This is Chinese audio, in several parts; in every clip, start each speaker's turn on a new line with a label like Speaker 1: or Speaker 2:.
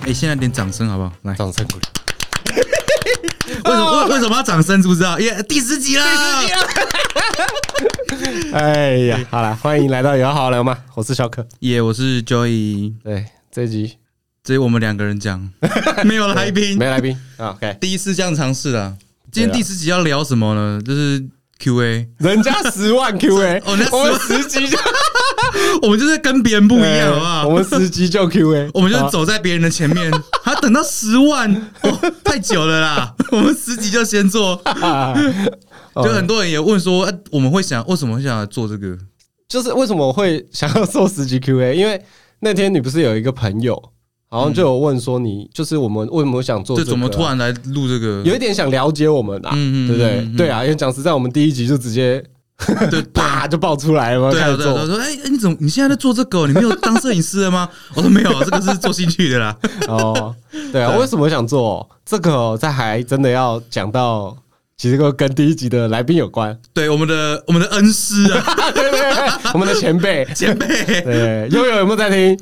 Speaker 1: 哎现在点掌声好不好？来，
Speaker 2: 掌声鼓励。
Speaker 1: 为什么为为什么要掌声？知不知道？因为哦第十集啦，
Speaker 2: 哎呀，好了，欢迎来到有好聊吗？我是小可。
Speaker 1: 耶我是 Joy，
Speaker 2: 对，这一集
Speaker 1: 只有我们两个人 讲，没有来宾
Speaker 2: 没，来 宾啊，OK。
Speaker 1: 第一次这样尝试啦。今天第十集要聊什么呢？就是 Q&A，
Speaker 2: 人家十万 QA，
Speaker 1: 哦人家
Speaker 2: 我们十级就
Speaker 1: 我们就是跟别人 不一样，好不好？
Speaker 2: 我们十级就哦 QA，
Speaker 1: 我们就是
Speaker 2: 好
Speaker 1: 走在别人的前 面，还要等到十万，哦太久了 啦。我们十集就先做，
Speaker 2: 啊
Speaker 1: 就很多人也问说，呃我们会想为什么会想要做这个？
Speaker 2: 就是为什么我会想要做十级 QA？因为那天你不是有一个朋友，好像就有问说你，就是我们为什么想做
Speaker 1: 这
Speaker 2: 这个啊，
Speaker 1: 嗯怎么突然来录这个？
Speaker 2: 有一点想了解我们啊，
Speaker 1: 嗯嗯嗯
Speaker 2: 对不
Speaker 1: 嗯嗯
Speaker 2: 对？对啊，因为讲实在，我们第一集就直接
Speaker 1: 对对啊
Speaker 2: 啪就爆出来了，
Speaker 1: 对
Speaker 2: 开
Speaker 1: 啊，
Speaker 2: 始
Speaker 1: 对啊，
Speaker 2: 做
Speaker 1: 他。说：“哎、哎你怎么你现在在做这个哦？你没有当摄影师了吗？”我说：“没有，这个是做兴趣的啦。
Speaker 2: 哦，对啊，为什么想做这个哦？在还真的要讲到，其实跟跟第一集的来宾有关，
Speaker 1: 对”我们的我们的恩师啊，
Speaker 2: 对对对，我们的前辈，
Speaker 1: 前辈，
Speaker 2: 对，悠悠有没有 在听？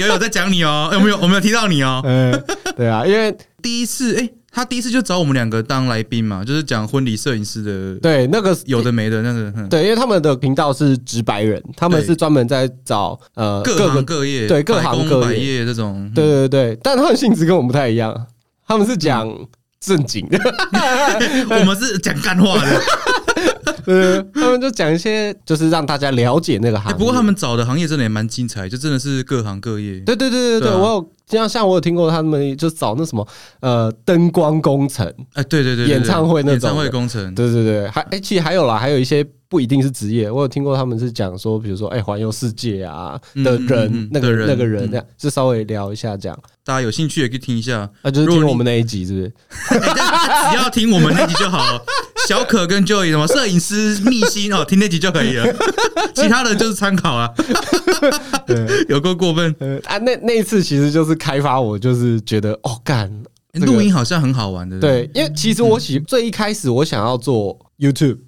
Speaker 1: 有有在讲你哦，有没有？我没有提到你哦。
Speaker 2: 嗯，对啊，因为
Speaker 1: 第一次，哎、他第一次就找我们两个当来宾嘛，就是讲婚礼摄影师的
Speaker 2: 对那个
Speaker 1: 有的没的那个，嗯、
Speaker 2: 对，因为他们的频道是直白人，他们
Speaker 1: 对
Speaker 2: 是专门在找呃
Speaker 1: 各
Speaker 2: 个
Speaker 1: 行各业，
Speaker 2: 对各
Speaker 1: 百
Speaker 2: 行
Speaker 1: 工
Speaker 2: 各
Speaker 1: 百
Speaker 2: 业
Speaker 1: 业这种，
Speaker 2: 对对对，但他们性质跟我们不太一样，他们是讲正经的，
Speaker 1: 我们是讲干 话的。
Speaker 2: 对， 他们就讲一些就是让大家了解那个行
Speaker 1: 嗯哎
Speaker 2: 业。
Speaker 1: 不过他们找的行业真的也蛮精彩，就真的是各行各业。
Speaker 2: 对对对对对，
Speaker 1: 对啊
Speaker 2: 我有像像我有听过他们就找那什么呃灯光工程，
Speaker 1: 哎、对对对对对
Speaker 2: 演唱会那种
Speaker 1: 演唱会
Speaker 2: 的
Speaker 1: 工程，
Speaker 2: 对对对，还哎、其实还有啦，还有一些不一定是职业，我有听过他们是讲说，比如说哎环游世界啊
Speaker 1: 嗯
Speaker 2: 的
Speaker 1: 嗯
Speaker 2: 人，
Speaker 1: 嗯
Speaker 2: 那
Speaker 1: 的
Speaker 2: 个
Speaker 1: 人
Speaker 2: 那个人
Speaker 1: 嗯
Speaker 2: 这样，就稍微聊一下这样，
Speaker 1: 大家有兴趣也可以听一下。
Speaker 2: 那、就是
Speaker 1: 如果
Speaker 2: 听
Speaker 1: 你
Speaker 2: 我们那一集是不是？
Speaker 1: 欸但是只要听我们那集就好了。小可跟 Joey 什么摄影师秘辛哦，听那集就可以 了，其他的就是参考啊。
Speaker 2: 对
Speaker 1: 有够过分，
Speaker 2: 呃啊，那那一次其实就是开发我，就是觉得哦干，
Speaker 1: 欸
Speaker 2: 这个
Speaker 1: 录音好像很好玩的。不
Speaker 2: 对，因为其实我
Speaker 1: 嗯
Speaker 2: 喜、最一开始我想要做 YouTube，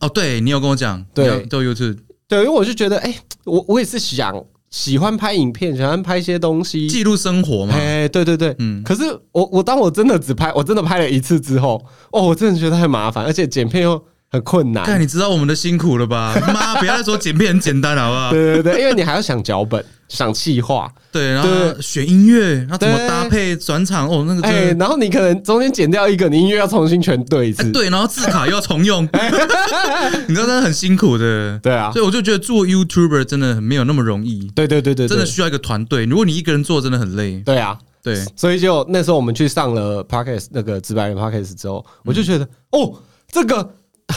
Speaker 1: 哦，对你有跟我讲，
Speaker 2: 对
Speaker 1: 你要做 YouTube
Speaker 2: 对，因为我就觉得哎、我我也是想喜欢拍影片，喜欢拍一些东西，
Speaker 1: 记录生活嘛。
Speaker 2: 哎、对对对，
Speaker 1: 嗯
Speaker 2: 嗯。可是我我当我真的只拍，我真的拍了一次之后，哦，我真的觉得很麻烦，而且剪片又很困难。
Speaker 1: 但你知道我们的辛苦了吧？妈，不要再说剪片很简单好不好？
Speaker 2: 对对对，因为你还要想脚本、 想气化，
Speaker 1: 对，然后选音乐，要怎么搭配转场？哦，那个真
Speaker 2: 哎、
Speaker 1: 的
Speaker 2: 然后你可能中间剪掉一个，你音乐要重新全对一次。
Speaker 1: 哎对，然后字卡又要重用， 你知道真的很辛苦的。
Speaker 2: 哎对啊
Speaker 1: 所，以我就觉得做 YouTuber 真的很没有那么容易。
Speaker 2: 对对对对，
Speaker 1: 真的
Speaker 2: 对
Speaker 1: 需要一个团队。如果你一个人做，真的很累。
Speaker 2: 对啊。
Speaker 1: 对，
Speaker 2: 所以就那时候我们去上了 Parkes 那个直白人 Parkes 之后，我就觉得、哦，这个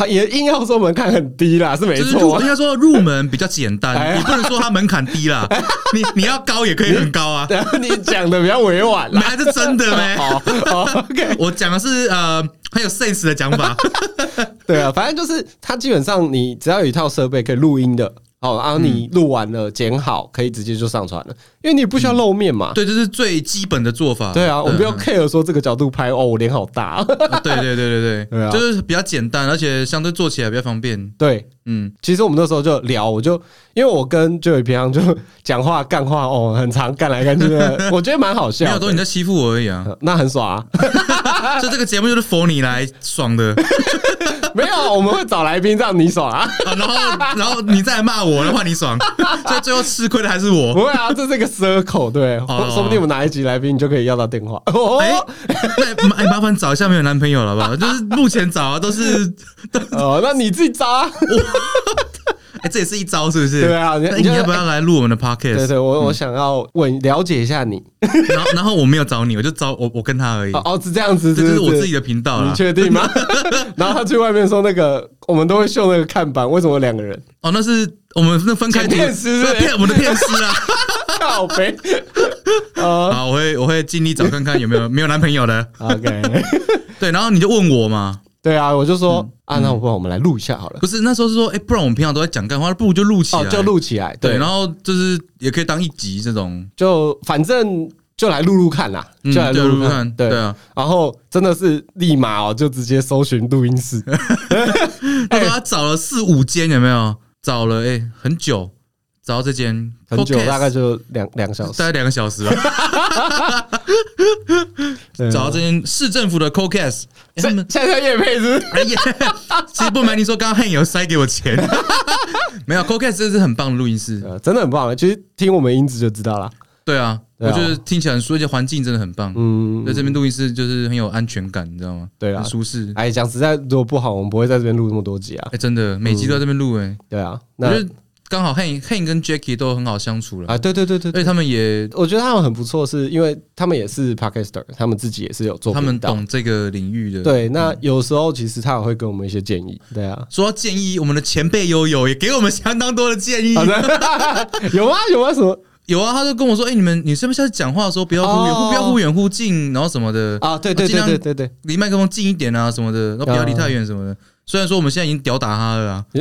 Speaker 2: 也硬要说门槛很低啦，是没
Speaker 1: 就是
Speaker 2: 错
Speaker 1: 入
Speaker 2: 啊。
Speaker 1: 应该说入门比较简
Speaker 2: 哎
Speaker 1: 单，你不能说它门槛低 啦。你你要高也可以很高啊，
Speaker 2: 然后 你讲的比较委 婉
Speaker 1: 没
Speaker 2: 啦。哦
Speaker 1: 还是真的 没。
Speaker 2: 好好，OK。
Speaker 1: 我讲的是呃很有 sense 的讲 法，
Speaker 2: 对啊，反正就是它基本上你只要有一套设备可以录音的，哦，然后
Speaker 1: 嗯
Speaker 2: 你录完了剪好，可以直接就上传了，因为你不需要露面嘛。
Speaker 1: 对，这是最基本的做法。
Speaker 2: 对啊，我们不要
Speaker 1: 嗯
Speaker 2: care 说这个角度拍哦，我脸好大。
Speaker 1: 啊对对对对
Speaker 2: 对
Speaker 1: 对，
Speaker 2: 啊
Speaker 1: 就是比较简单，而且相对做起来比较方便。
Speaker 2: 对，
Speaker 1: 嗯，
Speaker 2: 其实我们那时候就聊，我就因为我跟就有平常就讲话干话哦，很常干来干 去的，我觉得蛮好
Speaker 1: 没
Speaker 2: 笑
Speaker 1: 有
Speaker 2: 的
Speaker 1: 都你在欺负我而已啊。
Speaker 2: 呃那很爽啊！
Speaker 1: 就这个节目就是佛你来爽的，
Speaker 2: 没有，我们会找来宾让你 爽啊！
Speaker 1: 啊然后然后你再来骂我的话你爽，所以最后吃亏的还是我
Speaker 2: 不。会啊，这是一个 circle，对，
Speaker 1: 哦
Speaker 2: 说不定我们哪一集来宾你就可以要到电话。哦
Speaker 1: 哎、 那麻哎，麻烦找一下没有男朋友了吧？ 就是目前找啊，都是
Speaker 2: 哦，那你自己扎。
Speaker 1: 哎、这也是一招，是不是？
Speaker 2: 对啊你
Speaker 1: 那
Speaker 2: 你
Speaker 1: 你
Speaker 2: 就
Speaker 1: 要不要来录我们的 podcast？
Speaker 2: 对对，我我想要问了解一下你，
Speaker 1: 然后然后我没有找你，我就找我我跟他而已，
Speaker 2: 哦哦，是这样子，
Speaker 1: 嗯这就是我自己
Speaker 2: 的。
Speaker 1: 的啊频道
Speaker 2: 你
Speaker 1: 啦。
Speaker 2: 确 定吗？然后他去外面说那个，我们都会秀那个看板，为什么两个 人
Speaker 1: 哦，那是我们那分开
Speaker 2: 剪
Speaker 1: 图
Speaker 2: 片师是不是
Speaker 1: 骗我们的骗师 啊。
Speaker 2: 靠 背？呃
Speaker 1: 好，我会我会尽力找看看有没有没有男朋友的。
Speaker 2: ，OK，
Speaker 1: 对，然后你就问我嘛，
Speaker 2: 对啊，我就
Speaker 1: 嗯
Speaker 2: 说啊，那我不然我们来录一下好了，
Speaker 1: 不是那时候是说，哎、不然我们平常都在讲干话，不如就录起来，
Speaker 2: 哦，就录起来，
Speaker 1: 对，
Speaker 2: 对，
Speaker 1: 然后就是也可以当一集这种，
Speaker 2: 就反正就来录录看啦，
Speaker 1: 嗯，
Speaker 2: 就来
Speaker 1: 对
Speaker 2: 录
Speaker 1: 录
Speaker 2: 录
Speaker 1: 看
Speaker 2: 看，，对
Speaker 1: 对。啊。
Speaker 2: 然后真的是立马哦，就直接搜寻录音室，
Speaker 1: 他说他找了四五间，有没有？找了哎、欸很久，找到这间
Speaker 2: 很久，
Speaker 1: Podcast
Speaker 2: 大概就两两个小时
Speaker 1: 大。概两个小时吧，
Speaker 2: 对啊
Speaker 1: 找到这间市政府的 CoCast，欸他
Speaker 2: 现
Speaker 1: 们
Speaker 2: 现在叶配是不是
Speaker 1: 哎呀，其实不瞒您说，刚刚汉有塞给我钱， 没有 CoCast 这是很棒的录音室，
Speaker 2: 呃真的很棒。其实听我们音质就知道了。
Speaker 1: 对啊，
Speaker 2: 对啊
Speaker 1: 我觉得听起来很舒服，而且环境真的很棒，
Speaker 2: 嗯，
Speaker 1: 在这边录音室就是很有安全感，你知道吗？
Speaker 2: 对啊
Speaker 1: 很舒适。
Speaker 2: 哎，讲实在，如果不好，我们不会在这边录那么多集啊
Speaker 1: 哎、。真的，每集都在这边录哎，
Speaker 2: 对啊，
Speaker 1: 我
Speaker 2: 那
Speaker 1: 觉得刚好 Han Han 跟 Jackie 都很好相处了，
Speaker 2: 啊，对对对对
Speaker 1: 而且
Speaker 2: 对，
Speaker 1: 他们也
Speaker 2: 我觉得他们很不错，是因为他们也是 podcaster，他们自己也是有做，
Speaker 1: 他们。懂嗯这个领域的。，
Speaker 2: 对，那有时候其实他也会给我们一些建议。对 啊，
Speaker 1: 说到建议，我们的前辈悠悠也给我们相当多的建议。
Speaker 2: 好的，有吗？有吗？什么
Speaker 1: 有啊，他就跟我说：“哎、你们你是不是在讲话的时候不要忽远、
Speaker 2: 哦
Speaker 1: 不要忽远忽近，然后什么的，
Speaker 2: 啊？对对
Speaker 1: 尽
Speaker 2: 对
Speaker 1: 量
Speaker 2: 对对 对，
Speaker 1: 离麦克风近一点啊什么的，然后不要离太远什么
Speaker 2: 啊
Speaker 1: 的。”虽然说我们现在已经吊打他 了啊，
Speaker 2: 你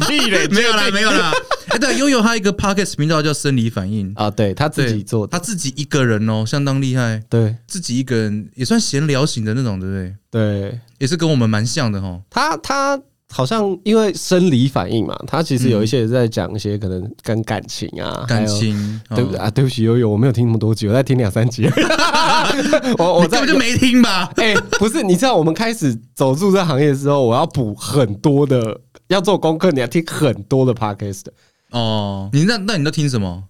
Speaker 2: 屁嘞！
Speaker 1: 没有啦， 没有啦。哎、对，悠悠他有一个 podcast 频道叫生理反应，
Speaker 2: 啊，对他自己
Speaker 1: 对
Speaker 2: 做的，
Speaker 1: 他自己一个人哦，相当厉害，
Speaker 2: 对
Speaker 1: 自己一个人也算闲聊型的那种，对不对？
Speaker 2: 对，
Speaker 1: 也是跟我们蛮像的哦哈。
Speaker 2: 他他好像因为生理反应嘛，他其实有一些也在讲一些可能跟感情啊，
Speaker 1: 嗯
Speaker 2: 还
Speaker 1: 感
Speaker 2: 有
Speaker 1: 情，
Speaker 2: 对不对
Speaker 1: 哦
Speaker 2: 啊？对不起，悠悠，我没有听那么多集，我在听两三集。 我
Speaker 1: 哦
Speaker 2: 我
Speaker 1: 你根
Speaker 2: 在
Speaker 1: 本就没听吧？
Speaker 2: 哎、不是，你知道我们开始走入这行业之后，我要补很多的，要做功课，你要听很多的 podcast。
Speaker 1: 哦，你那那你都听什么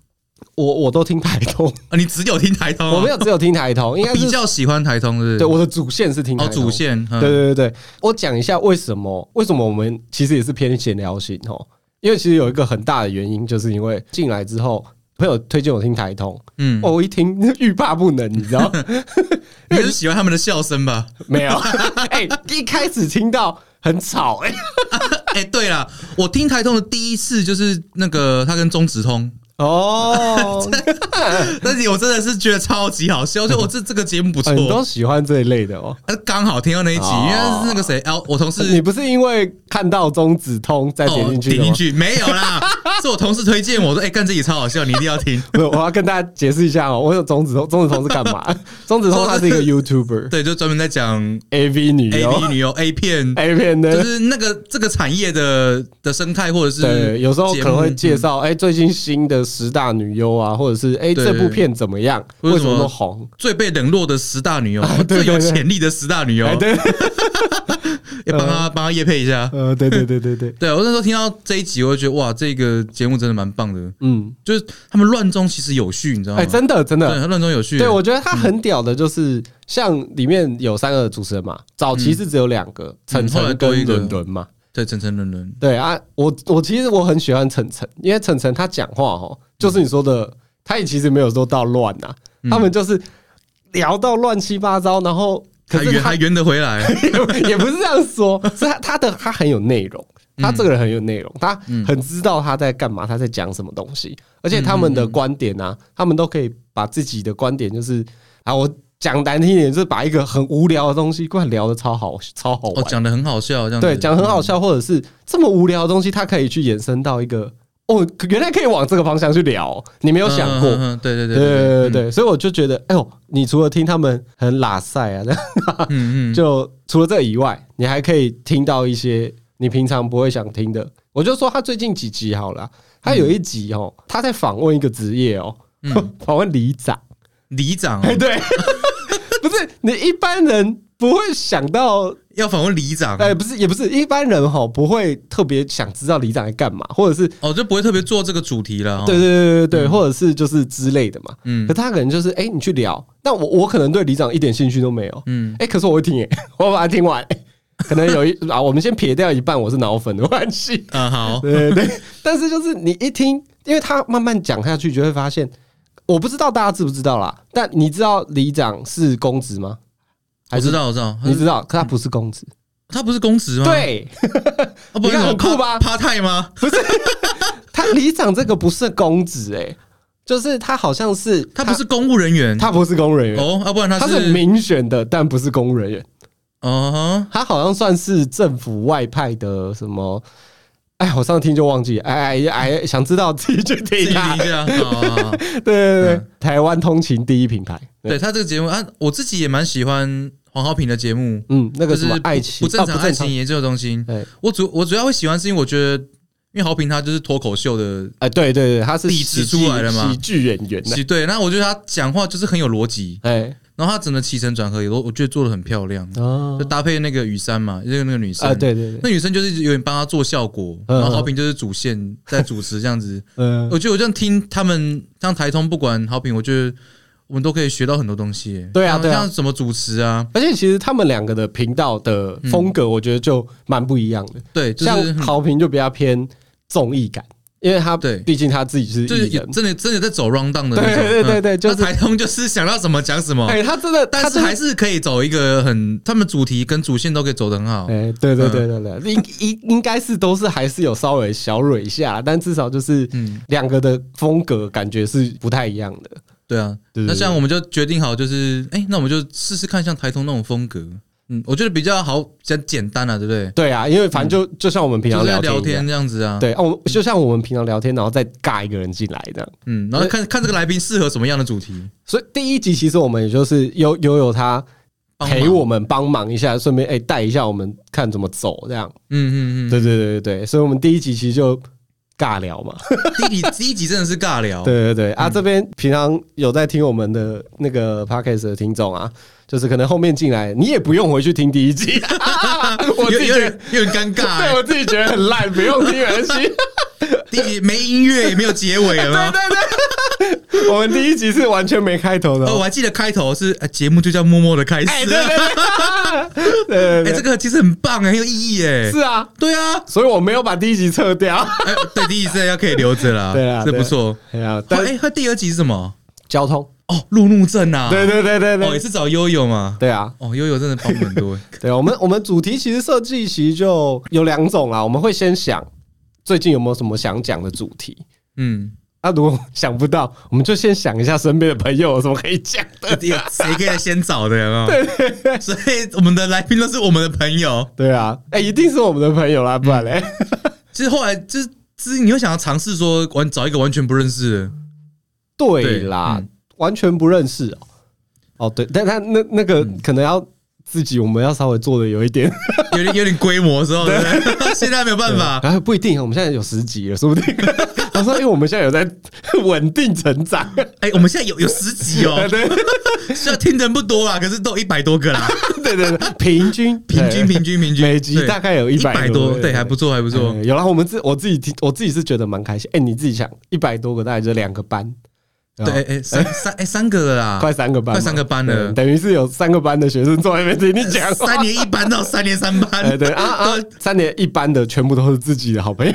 Speaker 2: 我我都听台通，
Speaker 1: 啊？你只有听台通、啊？
Speaker 2: 我没有只有听台通，应该
Speaker 1: 比
Speaker 2: 是
Speaker 1: 较喜欢台通，是不是？
Speaker 2: 对我的主线是听台
Speaker 1: 哦，
Speaker 2: 通。
Speaker 1: 主线，对
Speaker 2: 对对对对，我讲一下为什么为什么我们其实也是偏闲聊型哦，因为其实有一个很大的原因，就是因为进来之后，朋友推荐我听台通，
Speaker 1: 嗯，
Speaker 2: 哦，我一听欲罢不能，你知道
Speaker 1: 你是喜欢他们的笑声吧？
Speaker 2: 没有？哎、一开始听到很吵、哎，
Speaker 1: 哎、对了，我听台通的第一次就是那个他跟中直通，
Speaker 2: 哦，
Speaker 1: 但是我真的是觉得超级好笑，就我这这个节目不错
Speaker 2: 很，多哎喜欢这一类的哦。
Speaker 1: 呃刚好听到那一集，
Speaker 2: 啊哦
Speaker 1: 因为是那个谁，L，我同
Speaker 2: 你
Speaker 1: 事。
Speaker 2: 不是因为看到中子通再点
Speaker 1: 哦，
Speaker 2: 进去
Speaker 1: 点
Speaker 2: 的吗
Speaker 1: 进？去没有啦， 是我同事推荐我说，哎、干这集超好笑，你一定要 听。
Speaker 2: 不是，我要跟大家解释一下哦，我有中子通，中子通是干 嘛？中子通他是一个 YouTuber
Speaker 1: 对，就专门在讲
Speaker 2: AV 女哎
Speaker 1: A
Speaker 2: 优
Speaker 1: B 女优 A 片，
Speaker 2: A 片
Speaker 1: 就
Speaker 2: 的，
Speaker 1: 是那个这个产业的的生态，或者是
Speaker 2: 对，有时候
Speaker 1: 节
Speaker 2: 可
Speaker 1: 目
Speaker 2: 能会介绍哎最近新的十大女优啊，或者是哎
Speaker 1: 对
Speaker 2: 这部片怎么样，
Speaker 1: 或者
Speaker 2: 为
Speaker 1: 什
Speaker 2: 什
Speaker 1: 么
Speaker 2: 么那么红？
Speaker 1: 最被冷落的十大女优，
Speaker 2: 啊对对
Speaker 1: 最有
Speaker 2: 对
Speaker 1: 潜力的十大女优
Speaker 2: 哎，，对，嗯
Speaker 1: 也帮他帮他叶配一下。
Speaker 2: 呃，对对对对对，
Speaker 1: 对我那时候听到这一集，我就觉得哇，这个节目真的蛮棒的，
Speaker 2: 嗯，
Speaker 1: 就是他们乱中其实有序，你知道吗？
Speaker 2: 哎，真的真的，
Speaker 1: 对，乱中有序。
Speaker 2: 对，我觉得他很屌的，就是像里面有三个主持人嘛，早期是只有两个，晨
Speaker 1: 后来
Speaker 2: 晨
Speaker 1: 多一
Speaker 2: 跟
Speaker 1: 个
Speaker 2: 伦伦嘛。
Speaker 1: 对晨晨伦伦，
Speaker 2: 对啊，我我其实我很喜欢晨晨，因为晨晨他讲话哦，就是你说的，他也其实没有说到乱呐、
Speaker 1: 嗯
Speaker 2: 他们就是聊到乱七八糟，然后可
Speaker 1: 还
Speaker 2: 是
Speaker 1: 圆
Speaker 2: 他
Speaker 1: 还圆得回来。
Speaker 2: 也也不是这样说，是他他的他很有内容，
Speaker 1: 嗯
Speaker 2: 他这个人很有内容，他很知道他在干嘛，他在讲什么东西，而且他们
Speaker 1: 嗯
Speaker 2: 的观点啊，他们都可以把自己的观点就是啊，我讲难听一点，就是把一个很无聊的东西，过来聊的超好，超好
Speaker 1: 哦，
Speaker 2: 玩，
Speaker 1: 讲的很嗯好笑，这样子
Speaker 2: 对，讲得很好笑，或者是这么无聊的东西，它可以去延伸到一个哦，原来可以往这个方向去聊哦，你没有想过。
Speaker 1: 嗯嗯嗯嗯对对
Speaker 2: 对
Speaker 1: 对
Speaker 2: 对
Speaker 1: 对
Speaker 2: 对对，所以我就觉得，哎呦，你除了听他们很拉塞啊，这样
Speaker 1: 对，嗯嗯，
Speaker 2: 就除了这以外，你还可以听到一些你平常不会想听的。我就说他最近几集好了啊，他有一集哦，他在访问一个职业哦，
Speaker 1: 嗯
Speaker 2: 访问 里长。
Speaker 1: 里长哦
Speaker 2: 哎，对， 不是你一般人不会想到
Speaker 1: 要访问里长，
Speaker 2: 哎，不是，也不是，一般人哈不会特别想知道里长在干嘛，或者是
Speaker 1: 哦，就不会特别做这个主题了。哦
Speaker 2: 对对，对对对，或者是就是之类的嘛。
Speaker 1: 嗯
Speaker 2: 可他可能就是哎、你去聊，那我我可能对里长一点兴趣都没有，
Speaker 1: 嗯，
Speaker 2: 哎、可是我会听哎、我把它听完、可能有一啊，我们先撇掉一半，我是脑粉的关系，
Speaker 1: 啊好，
Speaker 2: 对对对。但是就是你一听，因为他慢慢讲下去，就会发现，我不知道大家知不知道啦，但你知道里长是公职吗？
Speaker 1: 我
Speaker 2: 还
Speaker 1: 知
Speaker 2: 是
Speaker 1: 道我知道，
Speaker 2: 你知道，可他不是公职，
Speaker 1: 他不是公职吗？，
Speaker 2: 对。
Speaker 1: 啊，不
Speaker 2: 你
Speaker 1: 是
Speaker 2: 看
Speaker 1: 什么
Speaker 2: 很酷吧
Speaker 1: 趴太吗？
Speaker 2: 他里长这个不是公职哎、就是他好像是
Speaker 1: 他不是公务人员，
Speaker 2: 他不是公务人员，
Speaker 1: 哦，要不然他
Speaker 2: 他是民选的，但不是公务人员，
Speaker 1: 哦哈，
Speaker 2: 他好像算是政府外派的什么。哎，我上次听就忘记，哎哎哎，想知道自己去
Speaker 1: 自己
Speaker 2: 听
Speaker 1: 听
Speaker 2: 啊
Speaker 1: 一。下，好好好好
Speaker 2: 对对对，
Speaker 1: 嗯
Speaker 2: 台湾通勤第一品牌。
Speaker 1: 对他这个节目啊，我自己也蛮喜欢黄浩平的节目，
Speaker 2: 嗯，那
Speaker 1: 就
Speaker 2: 个
Speaker 1: 是
Speaker 2: 什么
Speaker 1: 不
Speaker 2: 爱情
Speaker 1: 哦不正
Speaker 2: 啊
Speaker 1: 常爱情研究中心。
Speaker 2: 对
Speaker 1: 我主我主要会喜欢是因为我觉得，因为豪平他就是脱口秀的，
Speaker 2: 哎，对对对，他是
Speaker 1: 底子
Speaker 2: 喜剧
Speaker 1: 出来了嘛
Speaker 2: 喜剧演员呢
Speaker 1: 其，实对，那我觉得他讲话就是很有逻辑，
Speaker 2: 哎
Speaker 1: 然后他整个起承转合也都我觉得做的很漂亮，
Speaker 2: 啊
Speaker 1: 就搭配那个雨山嘛，就是那个女生，
Speaker 2: 啊，对对对，
Speaker 1: 那女生就是有点帮他做效果，
Speaker 2: 嗯
Speaker 1: 然后豪平就是主线在主持这样子。
Speaker 2: 嗯，
Speaker 1: 我觉得我这样听他们，像台通不管豪平，我觉得我们都可以学到很多东西耶。
Speaker 2: 对啊
Speaker 1: 像
Speaker 2: 对啊
Speaker 1: 像怎么主持啊，
Speaker 2: 而且其实他们两个的频道的风格，我觉得就蛮不一样的。
Speaker 1: 对，就
Speaker 2: 像
Speaker 1: 是
Speaker 2: 好评就比较偏综艺感，因为他
Speaker 1: 对
Speaker 2: 毕竟他自己是
Speaker 1: 就是
Speaker 2: 艺
Speaker 1: 也
Speaker 2: 人，
Speaker 1: 真的真的在走 round down 的那种。
Speaker 2: 对对对
Speaker 1: 嗯
Speaker 2: 对，就
Speaker 1: 那
Speaker 2: 是
Speaker 1: 台通就是想到什么讲什么，
Speaker 2: 哎，他真的，他
Speaker 1: 但是
Speaker 2: 真的
Speaker 1: 还是可以走一个很，他们主题跟主线都可以走得很好。
Speaker 2: 哎，对对对对对，应应应该是都是还是有稍微小蕊一下，但至少就是
Speaker 1: 嗯，
Speaker 2: 两个的风格感觉是不太一样的。
Speaker 1: 对啊。
Speaker 2: 对对
Speaker 1: 那
Speaker 2: 对
Speaker 1: 像我们就决定好，就是哎、那我们就试试看像台通那种风格。嗯，我觉得比较好，比较简单啊，对不对？
Speaker 2: 对啊，因为反正就就像我们
Speaker 1: 嗯
Speaker 2: 平
Speaker 1: 就是
Speaker 2: 常
Speaker 1: 在
Speaker 2: 聊
Speaker 1: 聊
Speaker 2: 天一样
Speaker 1: 天。这样子啊。
Speaker 2: 对，啊，我们就像我们平常聊天，然后再尬一个人进来这样。
Speaker 1: 嗯，然后看看这个来宾适合什么样的主题，
Speaker 2: 所以第一集其实我们也就是悠悠悠他
Speaker 1: 帮忙
Speaker 2: 陪我，们帮忙一下，顺便哎带一下我们看怎么走这样。
Speaker 1: 嗯嗯嗯，
Speaker 2: 对对对对对，所以我们第一集其实就尬聊嘛。
Speaker 1: 第一集第一集真的是尬聊，
Speaker 2: 对对对啊，这边平常有在听我们的那个 podcast 的听众啊，就是可能后面进来，你也不用回去听第一 集，我
Speaker 1: 有
Speaker 2: 自己
Speaker 1: 有
Speaker 2: 觉得
Speaker 1: 点。有点尴尬、
Speaker 2: 对
Speaker 1: 欸，
Speaker 2: 我自己觉得很烂，不用听没关系。
Speaker 1: 第一集没音乐也没有结尾了
Speaker 2: 对
Speaker 1: 吗？
Speaker 2: 对对， 我们第一集是完全没开头的
Speaker 1: 哦，我
Speaker 2: 哦。
Speaker 1: 还记得开头是呃节目就叫默默的开始，
Speaker 2: 哎，
Speaker 1: 哎、
Speaker 2: 对对哎对 对对
Speaker 1: 这个其实很棒、很有意义哎、
Speaker 2: 对，是啊，
Speaker 1: 对啊，
Speaker 2: 所以我没有把第一集撤掉。
Speaker 1: 哎、对，第一集这要可以留着啦，
Speaker 2: 对啊
Speaker 1: 这
Speaker 2: 对
Speaker 1: 不错。
Speaker 2: 哎呀，
Speaker 1: 哎、
Speaker 2: 但是
Speaker 1: 他第二集是什么？
Speaker 2: 交通，
Speaker 1: 哦，路怒症啊，
Speaker 2: 对对对对
Speaker 1: 哦，也
Speaker 2: 对，
Speaker 1: 是找悠悠嘛，
Speaker 2: 对啊，
Speaker 1: 哦，悠悠真的帮我们很 多、
Speaker 2: 对，我们我们主题其实设计其实就有两种啊啦，我们会先想最近有没有什么想讲的主题。
Speaker 1: 嗯，
Speaker 2: 啊，如果想不到，我们就先想一下身边的朋友有什么可以讲的。
Speaker 1: 有谁可以先找的啊？所以我们的来宾都是我们的朋友。
Speaker 2: 对啊，哎、一定是我们的朋友啦，不然嘞，
Speaker 1: 嗯其实后来就是，就是你又想要尝试说完找一个完全不认识的，
Speaker 2: 对啦，
Speaker 1: 嗯
Speaker 2: 完全不认识哦、哦，对，但他那那个
Speaker 1: 嗯
Speaker 2: 可能要自己，我们要稍微做的有一点，
Speaker 1: 有点有 点规模的时候，对不对？ 现在没有办 法。
Speaker 2: 然后啊不一定，我们现在有十集了，说不定。 他说，因哎为我们现在有在稳定成长，
Speaker 1: 哎、我们现在有有十集哦
Speaker 2: 对， 对
Speaker 1: 虽然听的人不多啦，可是都一百多个啦，
Speaker 2: 对对对，平均
Speaker 1: 平均
Speaker 2: 对
Speaker 1: 平均平均，
Speaker 2: 每集大概有
Speaker 1: 一
Speaker 2: 100
Speaker 1: 百
Speaker 2: 多
Speaker 1: 多，
Speaker 2: 对
Speaker 1: 对，还不错还不错。
Speaker 2: 嗯有啦，我们自我自己听，我自己是觉得蛮开心。哎、你自己想，一百多个大概就两个班，
Speaker 1: 对，哎、哎三三哎、三个了啦，
Speaker 2: 快三个班嘛，
Speaker 1: 快三个班了
Speaker 2: 对等于是有三个班的学生坐在那边听你讲话。
Speaker 1: 三年一班到三年三班，
Speaker 2: 哎，对啊啊， 三年一班的全部都是自己的好朋友。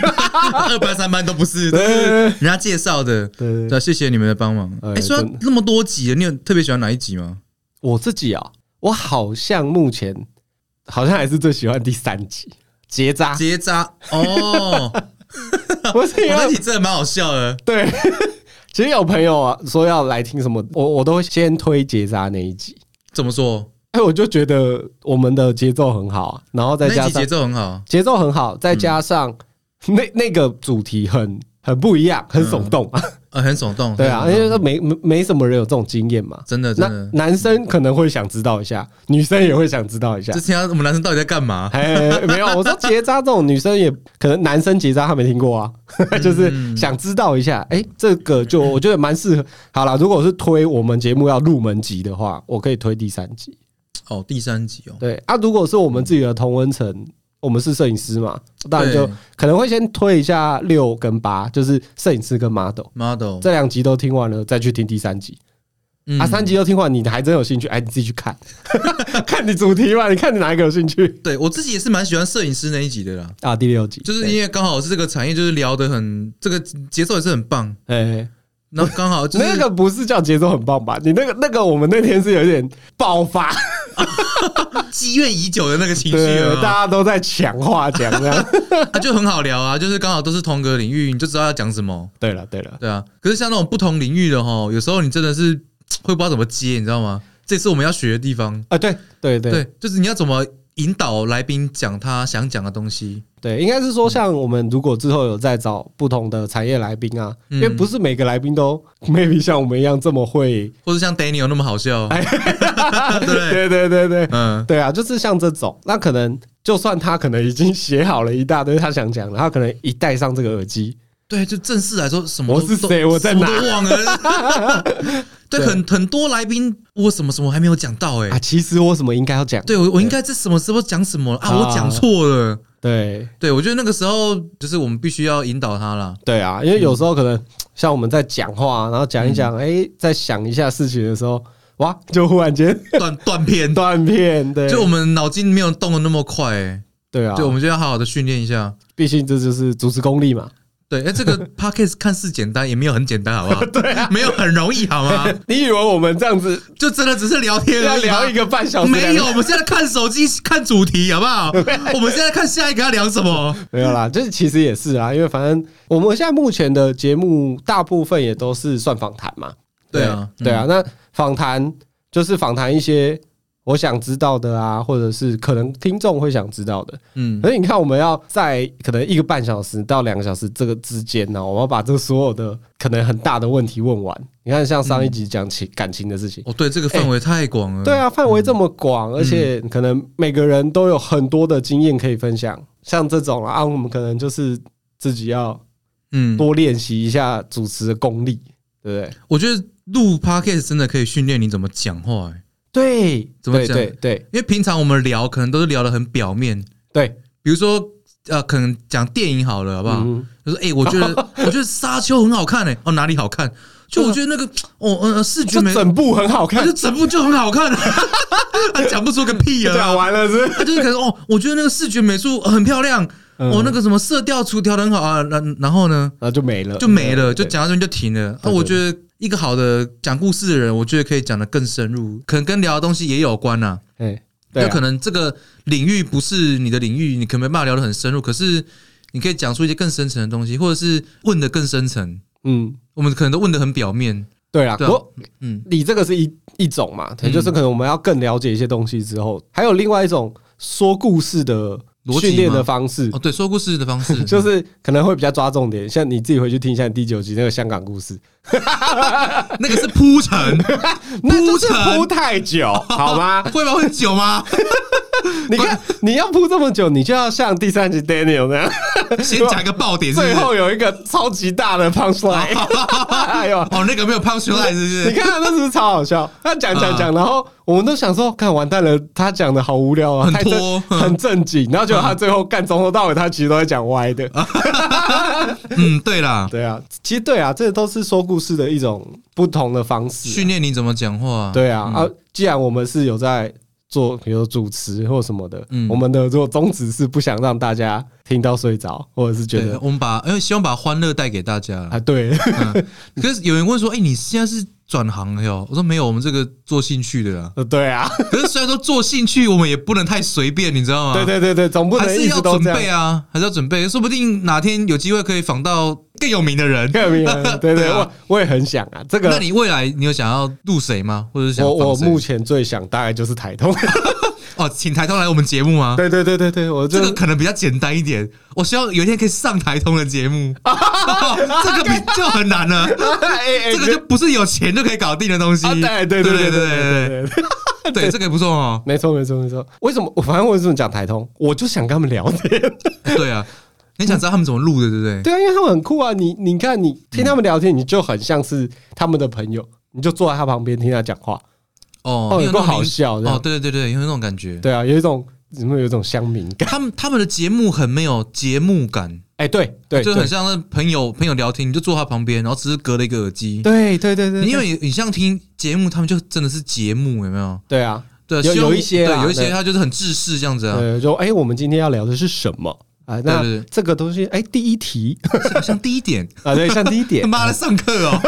Speaker 1: 二班三班都不是，都
Speaker 2: 啊对
Speaker 1: 是
Speaker 2: 对对
Speaker 1: 人家介绍的。
Speaker 2: 对对
Speaker 1: 对啊，谢谢你们的帮忙。
Speaker 2: 哎
Speaker 1: 哎，说到
Speaker 2: 真的
Speaker 1: 那么多集了，你有特别喜欢哪一集吗？
Speaker 2: 我自己啊，我好像目前好像还是最喜欢第三集结扎，
Speaker 1: 结扎哦，我
Speaker 2: 我 是因
Speaker 1: 那
Speaker 2: 为
Speaker 1: 集真的蛮好笑的。
Speaker 2: 对。 其实有朋友啊说要来听什么，我我都会先推结扎那一集。
Speaker 1: 怎么说？
Speaker 2: 哎，我就觉得我们的节奏很好啊，然后再
Speaker 1: 那
Speaker 2: 加
Speaker 1: 一集嗯
Speaker 2: 上
Speaker 1: 节奏很好，
Speaker 2: 节奏很好，再加上那那个主题很很不一样，很耸动啊。
Speaker 1: 呃，很耸动。
Speaker 2: 对啊，
Speaker 1: 很耸
Speaker 2: 因
Speaker 1: 动
Speaker 2: 为说没没没什么人有这种经验嘛。
Speaker 1: 真的
Speaker 2: 那
Speaker 1: 真的，
Speaker 2: 男生可能会想知道一下，女生也会想知道一 下
Speaker 1: 之。前我们男生到底在干嘛？
Speaker 2: 哎，没有，我说结扎这种女生也可能男生结扎他没听过啊，
Speaker 1: 嗯
Speaker 2: 就是想知道一下。哎，这个就我觉得蛮适合。好啦，如果是推我们节目要入门级的话，我可以推第三集。
Speaker 1: 哦，第三集哦，
Speaker 2: 对啊，如果是我们自己的同温层，我们是摄影师嘛，当然就
Speaker 1: 对
Speaker 2: 可能会先推一下六跟八，就是摄影师跟 model
Speaker 1: model
Speaker 2: 这两集都听完了，再去听第三集。
Speaker 1: 嗯
Speaker 2: 啊，三集都听完，你还真有兴趣？哎，你自己去看， 看你主题吧，你看你哪一个有兴趣
Speaker 1: 对我自己也是蛮喜欢摄影师那一集的啦，
Speaker 2: 啊？第六集
Speaker 1: 就是因为刚好是这个产业，就是聊得很这个节奏也是很棒，
Speaker 2: 哎、
Speaker 1: 然后刚好 就是
Speaker 2: 那个不是叫节奏很棒吧？你那个那个，我们那天是有点 爆发，
Speaker 1: 积怨已久的那个情绪
Speaker 2: 对，
Speaker 1: 有没
Speaker 2: 大
Speaker 1: 有，
Speaker 2: 家都在抢话讲 这样。
Speaker 1: 啊就很好聊啊，就是刚好都是同个领域，你就知道要讲什么，
Speaker 2: 对了对了，
Speaker 1: 对啊。可是像那种不同领域的哈，有时候你真的是会不知道怎么接，你知道吗？这也是我们要学的地方，
Speaker 2: 啊对对对
Speaker 1: 对，就是你要怎么引导来宾讲他想讲的东西，
Speaker 2: 对，应该是说，像我们如果之后有再找不同的产业来宾啊，
Speaker 1: 嗯
Speaker 2: 因为不是每个来宾都 maybe 像我们一样这么会，
Speaker 1: 或者像 Daniel 那么好笑，对不对
Speaker 2: 哎对对对对
Speaker 1: 嗯
Speaker 2: 对啊，就是像这种，那可能就算他可能已经写好了一大堆他想讲的，他可能一戴上这个耳机，
Speaker 1: 对，就正式来说，什么
Speaker 2: 我
Speaker 1: 都
Speaker 2: 是
Speaker 1: 都
Speaker 2: 谁我在
Speaker 1: 什么
Speaker 2: 哪
Speaker 1: 都忘 了。对，
Speaker 2: 对
Speaker 1: 很很多来宾，我什么什么还没有讲到哎、
Speaker 2: 啊，其实我什么应该要讲，
Speaker 1: 对我我应该在什么时候讲什么啊？
Speaker 2: 啊
Speaker 1: 我讲错了。
Speaker 2: 对
Speaker 1: 对，我觉得那个时候就是我们必须要引导他啦。
Speaker 2: 对啊，因为有时候可能像我们在讲话，然后讲一讲，哎，在想一下事情的时候，哇，就忽然间
Speaker 1: 断断片，
Speaker 2: 断片，对，
Speaker 1: 就我们脑筋没有动的那么快、欸，
Speaker 2: 对啊，
Speaker 1: 对，我
Speaker 2: 就
Speaker 1: 们就要好好的训练一下。
Speaker 2: 毕竟这就是主持功力嘛。
Speaker 1: 对，哎、这 个 podcast 看似简单，也没有很简单，好不好？对、
Speaker 2: 啊
Speaker 1: 没有很容易，好吗？
Speaker 2: 你以为我们这样子
Speaker 1: 就真的只是聊天
Speaker 2: 要
Speaker 1: 而已吗
Speaker 2: 聊一个半小时？
Speaker 1: 没有，我们现在看手机看主题，好不好？我们现在看下一个要聊什么？
Speaker 2: 没有啦，就是其实也是啊啦，因为反正我们现在目前的节目大部分也都是算访谈嘛。
Speaker 1: 对啊
Speaker 2: 对啊，那访谈就是访谈一些我想知道的啊，或者是可能听众会想知道的。
Speaker 1: 嗯，
Speaker 2: 可是你看，我们要在可能一个半小时到两个小时这个之间哦呢，我们要把这所有的可能很大的问题问完。你看，像上一集讲情感情的事情。
Speaker 1: 哦，对，这个范围太广了。
Speaker 2: 对，啊，范围这么广，而且
Speaker 1: 嗯
Speaker 2: 可能每个人都有很多的经验可以分享。像这种啊，啊我们可能就是自己要
Speaker 1: 嗯，
Speaker 2: 多练习一下主持的功力，对不对？
Speaker 1: 我觉得录 podcast 真的可以训练你怎么讲话、欸，
Speaker 2: 对，
Speaker 1: 怎么
Speaker 2: 对
Speaker 1: 讲
Speaker 2: 对对
Speaker 1: 因为平常我们聊可能都是聊得很表面，
Speaker 2: 对，
Speaker 1: 比如说呃，可能讲电影好了，好不好？
Speaker 2: 嗯
Speaker 1: 就说哎、欸我觉 得我觉得沙丘很好看诶、哦哪里好看？就我觉得那个哦呃视觉
Speaker 2: 这
Speaker 1: 美，
Speaker 2: 整部很好
Speaker 1: 他
Speaker 2: 看
Speaker 1: 就，整部就很好看， 他讲不出个屁啊！
Speaker 2: 讲完了是不是
Speaker 1: 他就是可能哦，我觉得那个视觉美术呃很漂亮，
Speaker 2: 嗯
Speaker 1: 哦，那个什么色调处调的很好啊，然然后呢
Speaker 2: 然后就没了，
Speaker 1: 就没了，就
Speaker 2: 对。
Speaker 1: 讲到这边就停了。啊，
Speaker 2: 对
Speaker 1: 我觉得一个好的讲故事的人，我觉得可以讲得更深入，可能跟聊的东西也有关呐、
Speaker 2: 对哎，
Speaker 1: 啊，
Speaker 2: 对
Speaker 1: 就
Speaker 2: 啊，
Speaker 1: 可能这个领域不是你的领域，你可能没办法聊得很深入，可是你可以讲出一些更深层的东西，或者是问得更深层。
Speaker 2: 嗯，
Speaker 1: 我们可能都问得很表面，
Speaker 2: 对啊。
Speaker 1: 对
Speaker 2: 不
Speaker 1: 啊
Speaker 2: 过
Speaker 1: 嗯，
Speaker 2: 你这个是一一种嘛，
Speaker 1: 嗯
Speaker 2: 就是可能我们要更了解一些东西之后，还有另外一种说故事的
Speaker 1: 逻辑吗
Speaker 2: 训练的方式
Speaker 1: 哦，。对，说故事的方 式
Speaker 2: 就是可能会比较抓重点，像你自己回去听一下你第九集那个香港故 事，
Speaker 1: 那个是铺陈，
Speaker 2: 那就是
Speaker 1: 铺陈
Speaker 2: 铺 太久，好吗？
Speaker 1: 会吗？会很久吗？
Speaker 2: 你看，你要铺这么久，你就要像第三集 Daniel 那样，
Speaker 1: 先讲一个爆 点是不是，
Speaker 2: 最后有一个超级大的 punchline。哎呦，
Speaker 1: 哦，那个没有 punch line 是
Speaker 2: 你
Speaker 1: 不是？
Speaker 2: 看他那是不是超好笑？他讲讲
Speaker 1: 啊
Speaker 2: 讲，然后我们都想说，看完蛋了，他讲的好无聊啊，
Speaker 1: 很
Speaker 2: 太正
Speaker 1: 拖
Speaker 2: 很正经。然后结果他最后干从头到尾，他其实都在讲歪 的。
Speaker 1: 嗯，对啦，
Speaker 2: 对啊，其实对啊，这都是说故事的一种不同的方式啊。
Speaker 1: 训练你怎么讲话。
Speaker 2: 对啊，啊，既然我们是有在。做，比如主持或什么的，
Speaker 1: 嗯
Speaker 2: 我们的如果宗旨是不想让大家听到睡着，或者是觉
Speaker 1: 对，
Speaker 2: 得
Speaker 1: 我们把因为希望把欢乐带给大家。
Speaker 2: 啊，对，
Speaker 1: 可是有人问说：“哎，你现在是转行了哟？”我说：“没有，我们这个做兴趣的 啦。
Speaker 2: 呃对啊，”
Speaker 1: 可是虽然说做兴趣，我们也不能太随便，你知道吗？
Speaker 2: 对对对对，总不
Speaker 1: 还
Speaker 2: 能
Speaker 1: 是
Speaker 2: 一
Speaker 1: 要
Speaker 2: 直都
Speaker 1: 准
Speaker 2: 这样
Speaker 1: 备。啊，还是要准备，说不定哪天有机会可以访到更有名的人。
Speaker 2: 更有名 了，对对，
Speaker 1: 对啊
Speaker 2: 我我也很想啊，这
Speaker 1: 那
Speaker 2: 个
Speaker 1: 你未来你有想要录谁吗？或者是想
Speaker 2: 我我
Speaker 1: 访谁
Speaker 2: 目前最想大概就是台通，
Speaker 1: 哦，请台通来我们节目吗？
Speaker 2: 对对对对对，我
Speaker 1: 这
Speaker 2: 就
Speaker 1: 个可能比较简单一点，我希望有一天可以上台通的节 目，哦这个比就很难了，
Speaker 2: 哎
Speaker 1: 这个就不是有钱就可以搞定的东西。
Speaker 2: 啊，对对
Speaker 1: 对
Speaker 2: 对
Speaker 1: 对
Speaker 2: 对对对对，
Speaker 1: 对，对这个也不错哦。
Speaker 2: 没错没错没错。为什么我反正我为什么讲台通，我就想跟他们聊天，
Speaker 1: 对啊，你想知道他们怎么录的，对不对？
Speaker 2: 对啊，因为他们很酷啊，你你看你听他们聊天，你就很像是他们的朋友，你就坐在他旁边听他讲话，
Speaker 1: 哦，
Speaker 2: 哦，
Speaker 1: 你
Speaker 2: 有
Speaker 1: 那
Speaker 2: 够
Speaker 1: 种
Speaker 2: 好
Speaker 1: 灵
Speaker 2: 笑
Speaker 1: 哦，
Speaker 2: 的，
Speaker 1: 对对对对，有那种感觉。
Speaker 2: 对啊，有一种怎么有一种乡民感，
Speaker 1: 他们他们的节目很没有节目感，
Speaker 2: 哎，对对
Speaker 1: 哦就
Speaker 2: 对
Speaker 1: 很像那朋友朋友聊天，你就坐他旁边，然后只是隔了一个耳机。
Speaker 2: 对对对对，
Speaker 1: 因为你像听节目，他们就真的是节目，有没有？
Speaker 2: 对啊，
Speaker 1: 对啊，
Speaker 2: 有
Speaker 1: 希望
Speaker 2: 有一些
Speaker 1: 对
Speaker 2: 啦
Speaker 1: 有一些
Speaker 2: 对
Speaker 1: 他就是很制式这样子啊。
Speaker 2: 呃，就哎、我们今天要聊的是什么啊？
Speaker 1: 对
Speaker 2: 那
Speaker 1: 对对
Speaker 2: 这个东西，哎、第一题
Speaker 1: 好像第一 点，
Speaker 2: 啊，对，像第一点
Speaker 1: 他，妈的上课哦。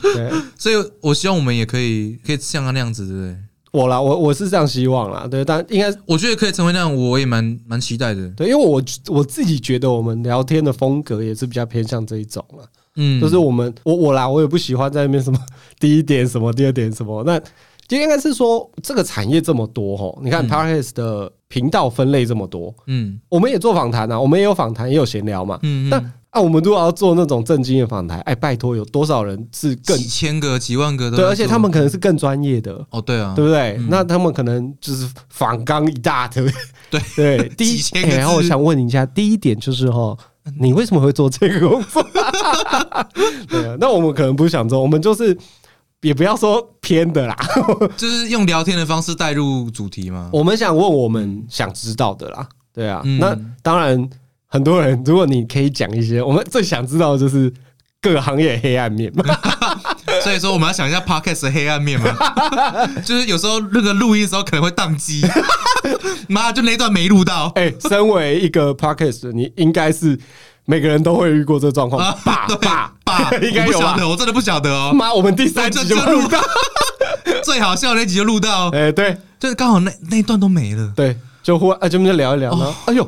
Speaker 2: 对
Speaker 1: 所以我希望我们也可以可以像他那样子，对不对？
Speaker 2: 我啦，我我是这样希望啦，对，但应该
Speaker 1: 我觉得可以成为那样，我也蛮蛮期待的。
Speaker 2: 对，因为我我自己觉得我们聊天的风格也是比较偏向这一种啦，
Speaker 1: 嗯，
Speaker 2: 就是我们我我啦，我也不喜欢在那边什么第一点什么第二点什么，那就应该是说这个产业这么多吼，你看 p a r k a s 的频道分类这么多，
Speaker 3: 嗯
Speaker 2: 我们也做访谈啊，我们也有访谈，也有闲聊嘛。
Speaker 3: 嗯，
Speaker 2: 但啊，我们如果要做那种正经的访谈，哎，拜托，有多少人是更
Speaker 1: 几千个、几万个都
Speaker 2: 对，
Speaker 1: 在
Speaker 2: 而且
Speaker 1: 做
Speaker 2: 他们可能是更专业的，
Speaker 1: 哦，对啊，
Speaker 2: 对不对？那他们可能就是仿纲一大堆。
Speaker 1: 对
Speaker 2: 对，第一
Speaker 1: 几，千个字嗯
Speaker 2: 哎然后我想问你一下，第一点就是哈，你为什么会做这个工作？ 对啊，那我们可能不想做，我们就是也不要说偏 的啦，
Speaker 1: 就是用聊天的方式带入主题嘛。
Speaker 2: 我们想问我们想知道的啦。对啊，
Speaker 1: 嗯
Speaker 2: 那当然，很多人如果你可以讲一些，我们最想知道的就是各个行业的黑暗面 嘛。
Speaker 1: 所以说我们要想一下 podcast 的黑暗面嘛， 就是有时候那个录音的时候可能会宕机，妈就那一段没录到，
Speaker 2: 哎、身为一个 podcast，你应该是每个人都会遇过这状况
Speaker 1: 啊，
Speaker 2: 爸
Speaker 1: 对
Speaker 2: 爸
Speaker 1: 爸，
Speaker 2: 应该
Speaker 1: 我不
Speaker 2: 有
Speaker 1: 晓
Speaker 2: 吧？
Speaker 1: 得，我真的不晓得哦。
Speaker 2: 妈，我们第三集就
Speaker 1: 我这这
Speaker 2: 录到，
Speaker 1: 最好笑的那集就录到，
Speaker 2: 哎、对
Speaker 1: 就是刚好那那一段都没了，
Speaker 2: 对，就忽然啊，就就聊一聊，然后、哎呦，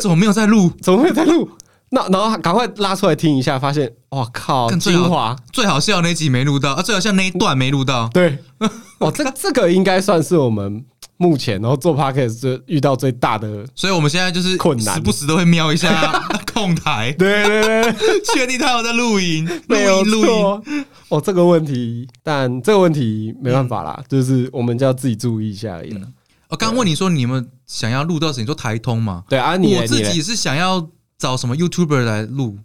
Speaker 1: 怎么没有在录？
Speaker 2: 怎么会在录？那然后赶快拉出来听一下，发现哇靠，
Speaker 1: 更最好
Speaker 2: 精华，
Speaker 1: 最好笑的那集没录到，啊，最好笑的那一段没录到，
Speaker 2: 对， 哦，这这个应该算是我们目前然后做 podcast 最遇到最大 的，
Speaker 1: 所以我们现在就是
Speaker 2: 困难
Speaker 1: 时不时都会瞄一下 控台，
Speaker 2: 对对对，对
Speaker 1: 确定他有在录音，录
Speaker 2: 没有
Speaker 1: 音录音。
Speaker 2: 错。哦，这个问题，但这个问题没办法啦，就是我们就要自己注意一下而已了。
Speaker 1: 我哦刚刚问你说你们想要录到谁？你说台通嘛？
Speaker 2: 对啊，你嘞
Speaker 1: 我自
Speaker 2: 你嘞
Speaker 1: 己是想要找什么 YouTuber 来录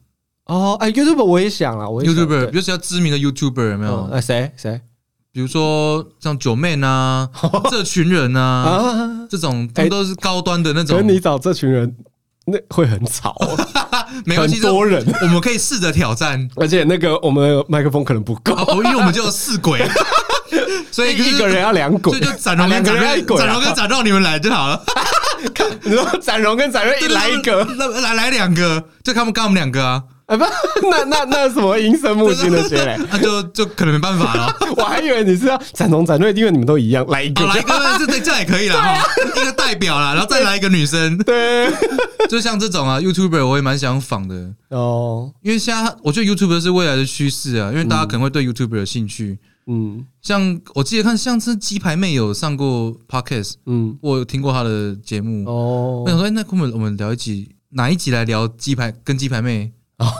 Speaker 2: 哦，哎，YouTube 我也想啦，我也想
Speaker 1: YouTuber，比
Speaker 2: 对
Speaker 1: 如说知名的 YouTuber 有没
Speaker 2: 嗯
Speaker 1: 有？
Speaker 2: 呃，谁谁
Speaker 1: 比如说像九妹 呐，这群人呐，
Speaker 2: 啊？
Speaker 1: 这种他们都是高端的那
Speaker 2: 可是
Speaker 1: 种，
Speaker 2: 你找这群人，那会很吵哦，
Speaker 1: 没关系，
Speaker 2: 很
Speaker 1: 这
Speaker 2: 多人，
Speaker 1: 我们可以试着挑战
Speaker 2: 而且那个我们的麦克风可能不够，
Speaker 1: 哦，因为我们就有四鬼， 所以就是
Speaker 2: 一个人。要两
Speaker 1: 所以，
Speaker 2: 轨
Speaker 1: 就展荣
Speaker 2: 啊两
Speaker 1: 跟展
Speaker 2: 个人要一
Speaker 1: 瑞，
Speaker 2: 轨
Speaker 1: 展
Speaker 2: 啊
Speaker 1: 荣。跟展荣你们来就好 了，
Speaker 2: 你说展荣跟展瑞一哎来一个，
Speaker 1: 那来来两个，就他们刚我们两个啊，
Speaker 2: 啊不，那那那什么银神木星那 些嘞？
Speaker 1: 那就就可能没办法 了。
Speaker 2: 我还以为你是要展荣展瑞，因为你们都一样，来一个
Speaker 1: 好，哦来一
Speaker 2: 就。
Speaker 1: 个，这这这样也可以啦，
Speaker 2: 啊
Speaker 1: 哈一个代表啦，然后再来一个女生，
Speaker 2: 对，
Speaker 1: 就像这种啊，YouTuber 我也蛮想仿的，
Speaker 2: 哦，
Speaker 1: 因为现在我觉得 YouTuber 是未来的趋势啊，因为大家可能会对 YouTuber 有兴趣。
Speaker 2: 嗯
Speaker 1: 像我记得看上次鸡排妹有上过 Podcast，
Speaker 2: 嗯，
Speaker 1: 我有听过她的节目，我
Speaker 2: 哦，
Speaker 1: 想说，哎那我们我们聊一集，哪一集来聊鸡排跟鸡排妹，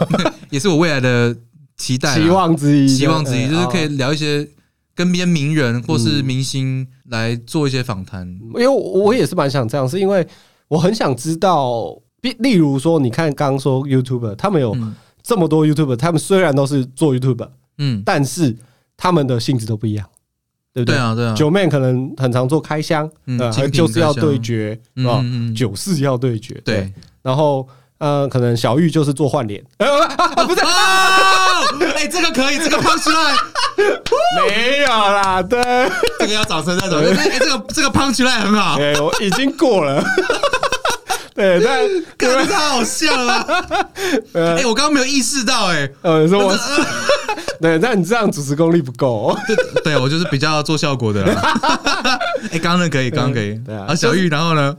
Speaker 1: 也是我未来的期 待啊，
Speaker 2: 期哦望之一，
Speaker 1: 期望之一，就是可以
Speaker 2: 哦嗯
Speaker 1: 聊一些跟边名人或是明星来做一些访谈。
Speaker 2: 因为我我也是蛮想这样，是因为我很想知道，比例如说，你看刚刚说 YouTube，他们有
Speaker 1: 嗯
Speaker 2: 这么多 YouTube，他们虽然都是做 YouTube，
Speaker 1: 嗯，
Speaker 2: 但是他们的性质都不一样，对不
Speaker 1: 对？啊，对啊，
Speaker 2: 九妹可能很常做开箱，
Speaker 1: 嗯
Speaker 2: 呃
Speaker 1: 精品
Speaker 2: 就是要
Speaker 1: 开箱
Speaker 2: 对决，是
Speaker 1: 嗯
Speaker 2: 吧？
Speaker 1: 嗯嗯
Speaker 2: 九四要对决，
Speaker 1: 对。
Speaker 2: 然后呃，可能小玉就是做换脸， 啊
Speaker 1: 不 是哦，哎，这个可以，这个 punch line，
Speaker 2: 没有啦， 对，
Speaker 1: 这个要掌声那种。哎，这个这个 punch line 很好，
Speaker 2: 对我已经过了。 对，但
Speaker 1: 看太好笑了。
Speaker 2: 呃
Speaker 1: 哎，我刚刚没有意识到，哎，
Speaker 2: 呃，说我，
Speaker 1: 呃
Speaker 2: 对，但你这样主持功力不够、哦。
Speaker 1: 这对我就是比较做效果的 啦。哎，刚刚那可以，刚刚可以。
Speaker 2: 对啊
Speaker 1: 小玉，然后呢？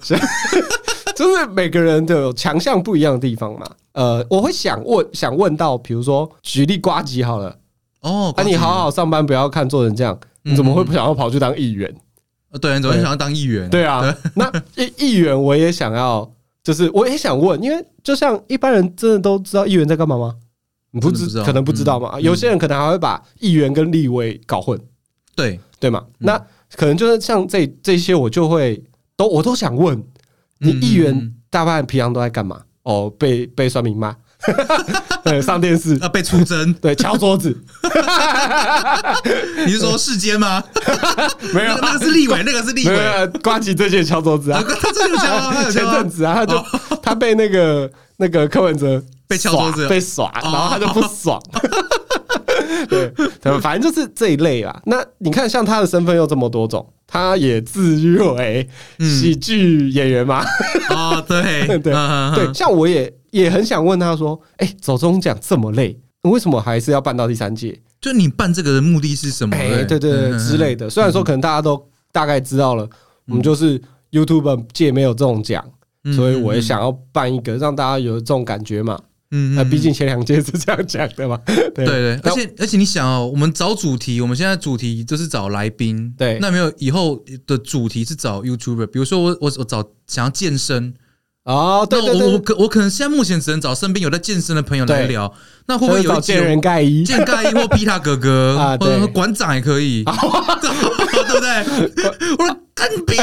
Speaker 2: 就是每个人都有强项不一样的地方嘛。呃，我会想问，想问到，比如说举例瓜吉好了，
Speaker 1: 哦，
Speaker 2: 啊，你好好上班，不要看做成这样，你怎么会不想要跑去当议员？
Speaker 1: 好，哦对，你怎么会想要当议员？
Speaker 2: 对啊，
Speaker 1: 嗯
Speaker 2: 那议议员我也想要，就是我也想问，因为就像一般人真的都知道议员在干嘛吗？你不
Speaker 1: 真的不知
Speaker 2: 知
Speaker 1: 道嗯
Speaker 2: 可能不知道嘛？有些人可能还会把议员跟立委搞混，
Speaker 1: 对，
Speaker 2: 对吗？
Speaker 1: 嗯
Speaker 2: 那可能就是像这这些，我就会都我都想问，你
Speaker 1: 嗯嗯
Speaker 2: 议员
Speaker 1: 嗯
Speaker 2: 大半平常都在干嘛？哦，被被 算命骂，对上电视，
Speaker 1: 要被出征。
Speaker 2: 对，敲桌子，
Speaker 1: 你是说世间吗？
Speaker 2: 没有
Speaker 1: 那那个是立委，那个是立
Speaker 2: 没有
Speaker 1: 委。
Speaker 2: 没有，瓜吉最近也敲桌子啊
Speaker 1: 啊，，他真的有枪啊， 他有
Speaker 2: 前
Speaker 1: 枪
Speaker 2: 阵
Speaker 1: 啊。
Speaker 2: 子啊，他就、他被那个那个柯文哲
Speaker 1: 被敲桌子啊哦
Speaker 2: 耍被耍，然后他就不 爽。对，反正就是这一类啦。那你看，像他的身份又这么多种，他也自誉为
Speaker 1: 嗯
Speaker 2: 喜剧演员嘛。
Speaker 1: 哦，对
Speaker 2: 对
Speaker 1: 嗯嗯嗯
Speaker 2: 对，像我也也很想问他说，哎、走中奖这么累，你为什么还是要办到第三届？
Speaker 1: 就你办这个的目的是什么？嗯
Speaker 2: 哎、对对对，之类
Speaker 1: 的。
Speaker 2: 的。虽然说可能大家都大概知道了，我们就是 YouTube 界没有这种奖，
Speaker 1: 嗯
Speaker 2: 所以我也想要办一个让大家有这种感觉嘛。
Speaker 1: 嗯
Speaker 2: 那啊毕竟前两届是这样讲的嘛。对
Speaker 1: 对对，而
Speaker 2: 但
Speaker 1: 且而且你想哦，我们找主题，我们现在主题就是找来宾，
Speaker 2: 对
Speaker 1: 那没有以后的主题是找 YouTuber，比如说我我我找想要健身，
Speaker 2: 哦，对
Speaker 1: 那
Speaker 2: 对
Speaker 1: 我我
Speaker 2: 对，
Speaker 1: 可我可能现在目前只能找身边有在健身的朋友来
Speaker 2: 对
Speaker 1: 聊，那会不
Speaker 2: 所
Speaker 1: 会
Speaker 2: 以
Speaker 1: 有
Speaker 2: 找
Speaker 1: 一集
Speaker 2: 见人盖伊，
Speaker 1: 健盖伊或皮塔哥哥
Speaker 2: 啊
Speaker 1: 或者说
Speaker 2: 对
Speaker 1: 馆长也可 以，对不对？我说干逼，